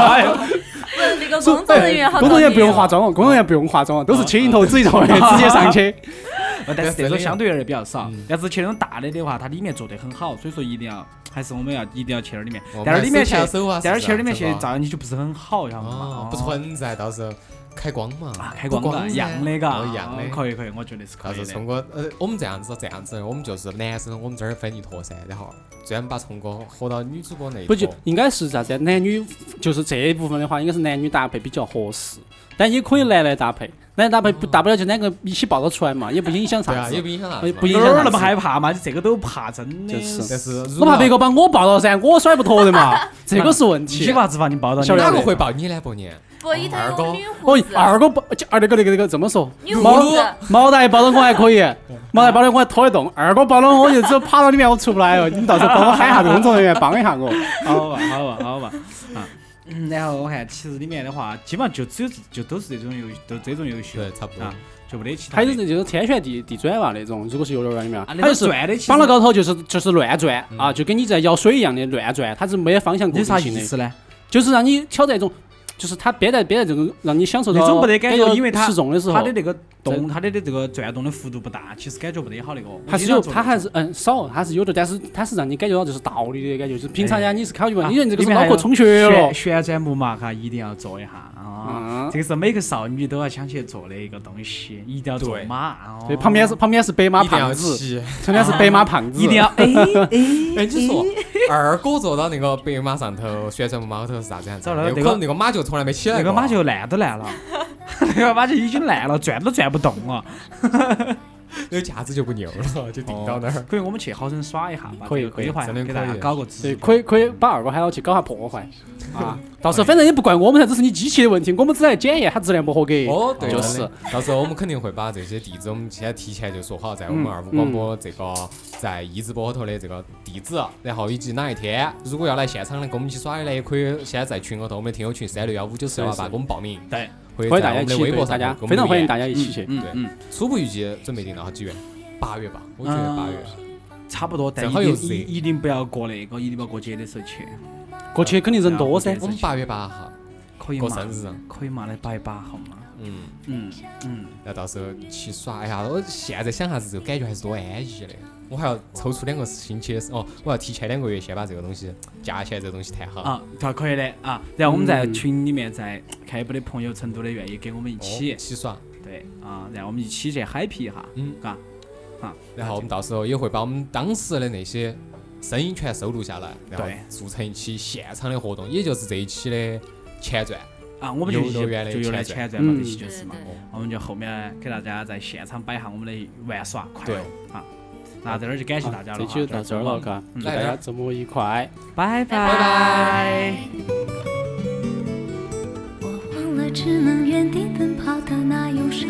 不是那个工作人员好啊
工作人员不用化
化，
妆哦，工作人员不用化妆哦，都是切镜头自己头 的，直接上去。
但是这种相对而言比较少，
嗯
但是去那种大的的话，它里面做得很好，所以说一定要还是我们要一定要去那儿里面
我们，
但是里面去
还是手牵手啊，
但是去那儿里面
是
去
吧
照样你就不是很好，晓得
哦
吗？，
不存在，到时候开光嘛
啊，，开光
噻
的，一样的，嘎，
哦一样的。
可以可以，我觉得是可
但
以
是
的
聪。哥，呃，我们这样子，这样子，我们就是男生，我们这儿分一坨噻，然后专把聪哥合到女主播那一
不
坨。
就应该是啥子啊？男女就是这一部分的话，应该是男女搭配比较合适，但也可以男男搭配，男男搭配
嗯
不大不了就两个一起抱着出来嘛，也不影响
对
啥
啊，
子
也。不影响啥
哎
子嘛
不影
哪
响
儿那么害怕嘛？你这个都怕，真的
就是
但是如
我
果
怕别个把我抱到噻，我甩不脱的嘛，这个是问
你
题。
娃子把你抱到你
晓得
哪
那
个
里，
会抱你呢，伯年？
不一头
二哥
有女
哦
胡子，，
二个抱，就二那个那个那个这么说，
女
毛
胡子，
毛大爷抱到我还可以， 毛大爷抱到我还拖得动，二哥抱到我就只有趴到里面我出不来哦。你们到时候帮我喊一下子工作人员帮一下 我。
好吧，好吧， 好吧，啊。嗯然后我看，其实里面的话，基本上就只有就都是这种游，都这种游戏
对，，差不多
啊。就没得其他
还
的。
有就是天旋地地转吧那种，如果是游乐园里面，
啊，
还
那
有
个
是
转的，
绑到高头就是就是乱转啊，就跟你在摇水一样的乱转，它是没有方向固
有啥
定性
意
的，
思呢？
就是让你挑战一种，就是它憋在憋在这种让你享受到
那种没得感觉因为它
失重的时候
它的，那个动，它的这个转动的幅度不大，其实感觉不得好那个。我
还是
经常
有，
做
它
那
还
个
是嗯少，它是有的，但是它是让你感觉到就是道理的感觉，就是平常呀你是考虑不
啊
到，你人这个
里
是
面
脑
还
壳
有
充血了
旋，旋转木马哈，一定要做一下啊！
嗯，
这个是每个少女都要想去做的一个东西，一定要做
对
马哦。
对，旁边是旁边是白马
一定要
胖子，
骑。
旁边是白马胖子，
一定要哎
哎，你说二哥坐到那个白马上头，旋转木马后头是啥子样子？
糟了
有
那个
可能那个马就从来没起来
那
过。
个马就烂都 烂了，那个马就已经烂了，转都转不动了。
那个架子就不牛了，就定到那儿。
哦可以，我们去好生耍一下吧。
可以
这个规划一下
可以
给大
真的
家
可以
搞个直
对，
播
可以可以把二哥喊到去搞下 破坏啊！到时候
可
反
以
正也不怪我们噻，这是你机器的问题，我们只来检验它质量不合格。
哦，对，
就是。。
到时候我们肯定会把这些地址，我们先提前就说好，在我们
嗯
二五广播这个在一直播后头的这个地址，然后以及哪一天，如果要来现场的跟我们一起耍的呢，也可以先在群后头，我们的听友群三六幺五九四幺八给我们报名。
对，
或者
欢迎
在
大家一
我们的
起，
微
对
博
大
上
家
头给我们
非常欢迎
留言
大家一起去。
嗯
对
嗯，
初步预计准备定到好几月？嗯八月吧，我觉得八月。
差不多，但
正
一
好又
定
热
一一定不要过那个，一定不要过节的时候去。
过去肯定人多
嗯，
噻
哎我们八月八号，
可以
过
嘛
生日啊
可以嘛？来把一把好吗？
嗯，
嗯嗯，
然后到时候去耍一下。我现在想啥子，这个感觉还是多安逸的。我还要抽出两个星期的时，哦，我要提前两个月先把这个东西夹起来，这个东西谈好。
啊，对，可以的啊。然后我们在
嗯
群里面，在开播的朋友，成都的愿意跟我们一
哦
起
一，起耍，
对啊，然后我们一起去 happy 一下，
嗯
嘎。
然后我们到时候也会把我们当时的那些声音全收录下来，然后
对
做成一期现场的活动，也就是这一期的前传。
啊，我们就
游乐
就
园的
就有来
前
前传嘛，
嗯
这些就
对
是
对
嘛。
对，
我们就后面给大家在现场摆一下我们的玩耍快乐啊。那在这儿就感谢大家了
这
啊，
期就到这儿了，嘎，
嗯
祝大家周末愉快。
拜
拜
拜。
我忘了只能原地奔跑的那忧伤，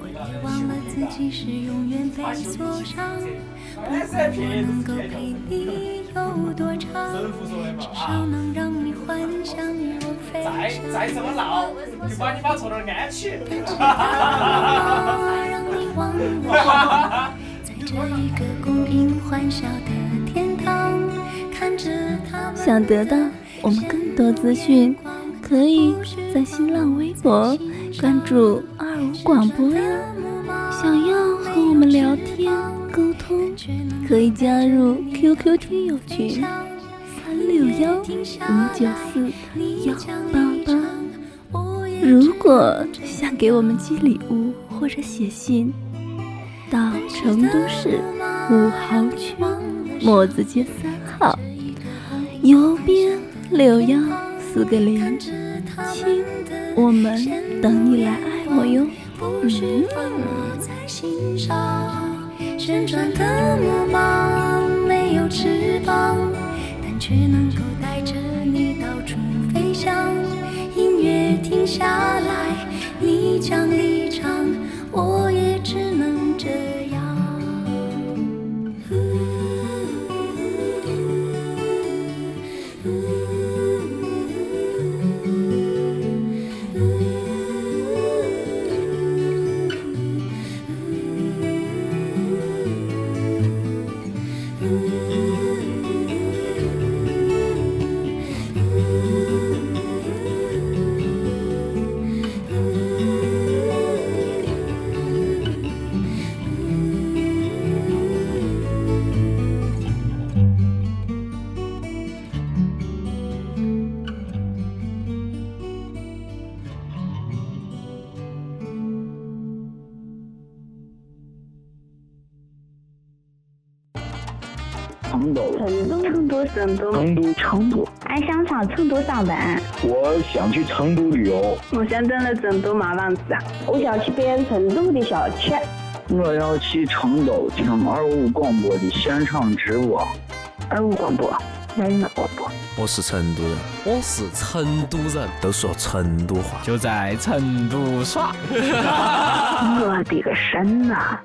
我也忘了自己是永远被锁上。不管我能够陪你有多长，至少能让你幻想与我飞翔。哎再怎么老，就把你妈坐那儿安去。让你忘我，在这一个公平欢笑的天堂，看着他们
想得到我们更多资讯，可以在新浪微博关注“二五广播”哟。想要和我们聊天沟通，可以加入 QQ 听友群三六幺五九四幺八八。如果想给我们寄礼物或者写信，到成都市武豪区墨子街三号。邮编六幺四个零，亲，我们等你来爱我哟。
不需放我在心上。旋转的木马没有翅膀，但却能够带着你到处飞翔。音乐停下来，你将离场，我也只能这样。
成都，
成都，成都，成都，
成都，成都，
哎
俺想上成都上
啊
班，
我想去成都旅游，
我想整了成都嘛房子，我想去变成都的小吃。
我要去成都听二五广播的现场直播，二五广播，人人广播。
我是成都人，
我是成都人，
都说成都话。
就在成都耍。
我的个神呐、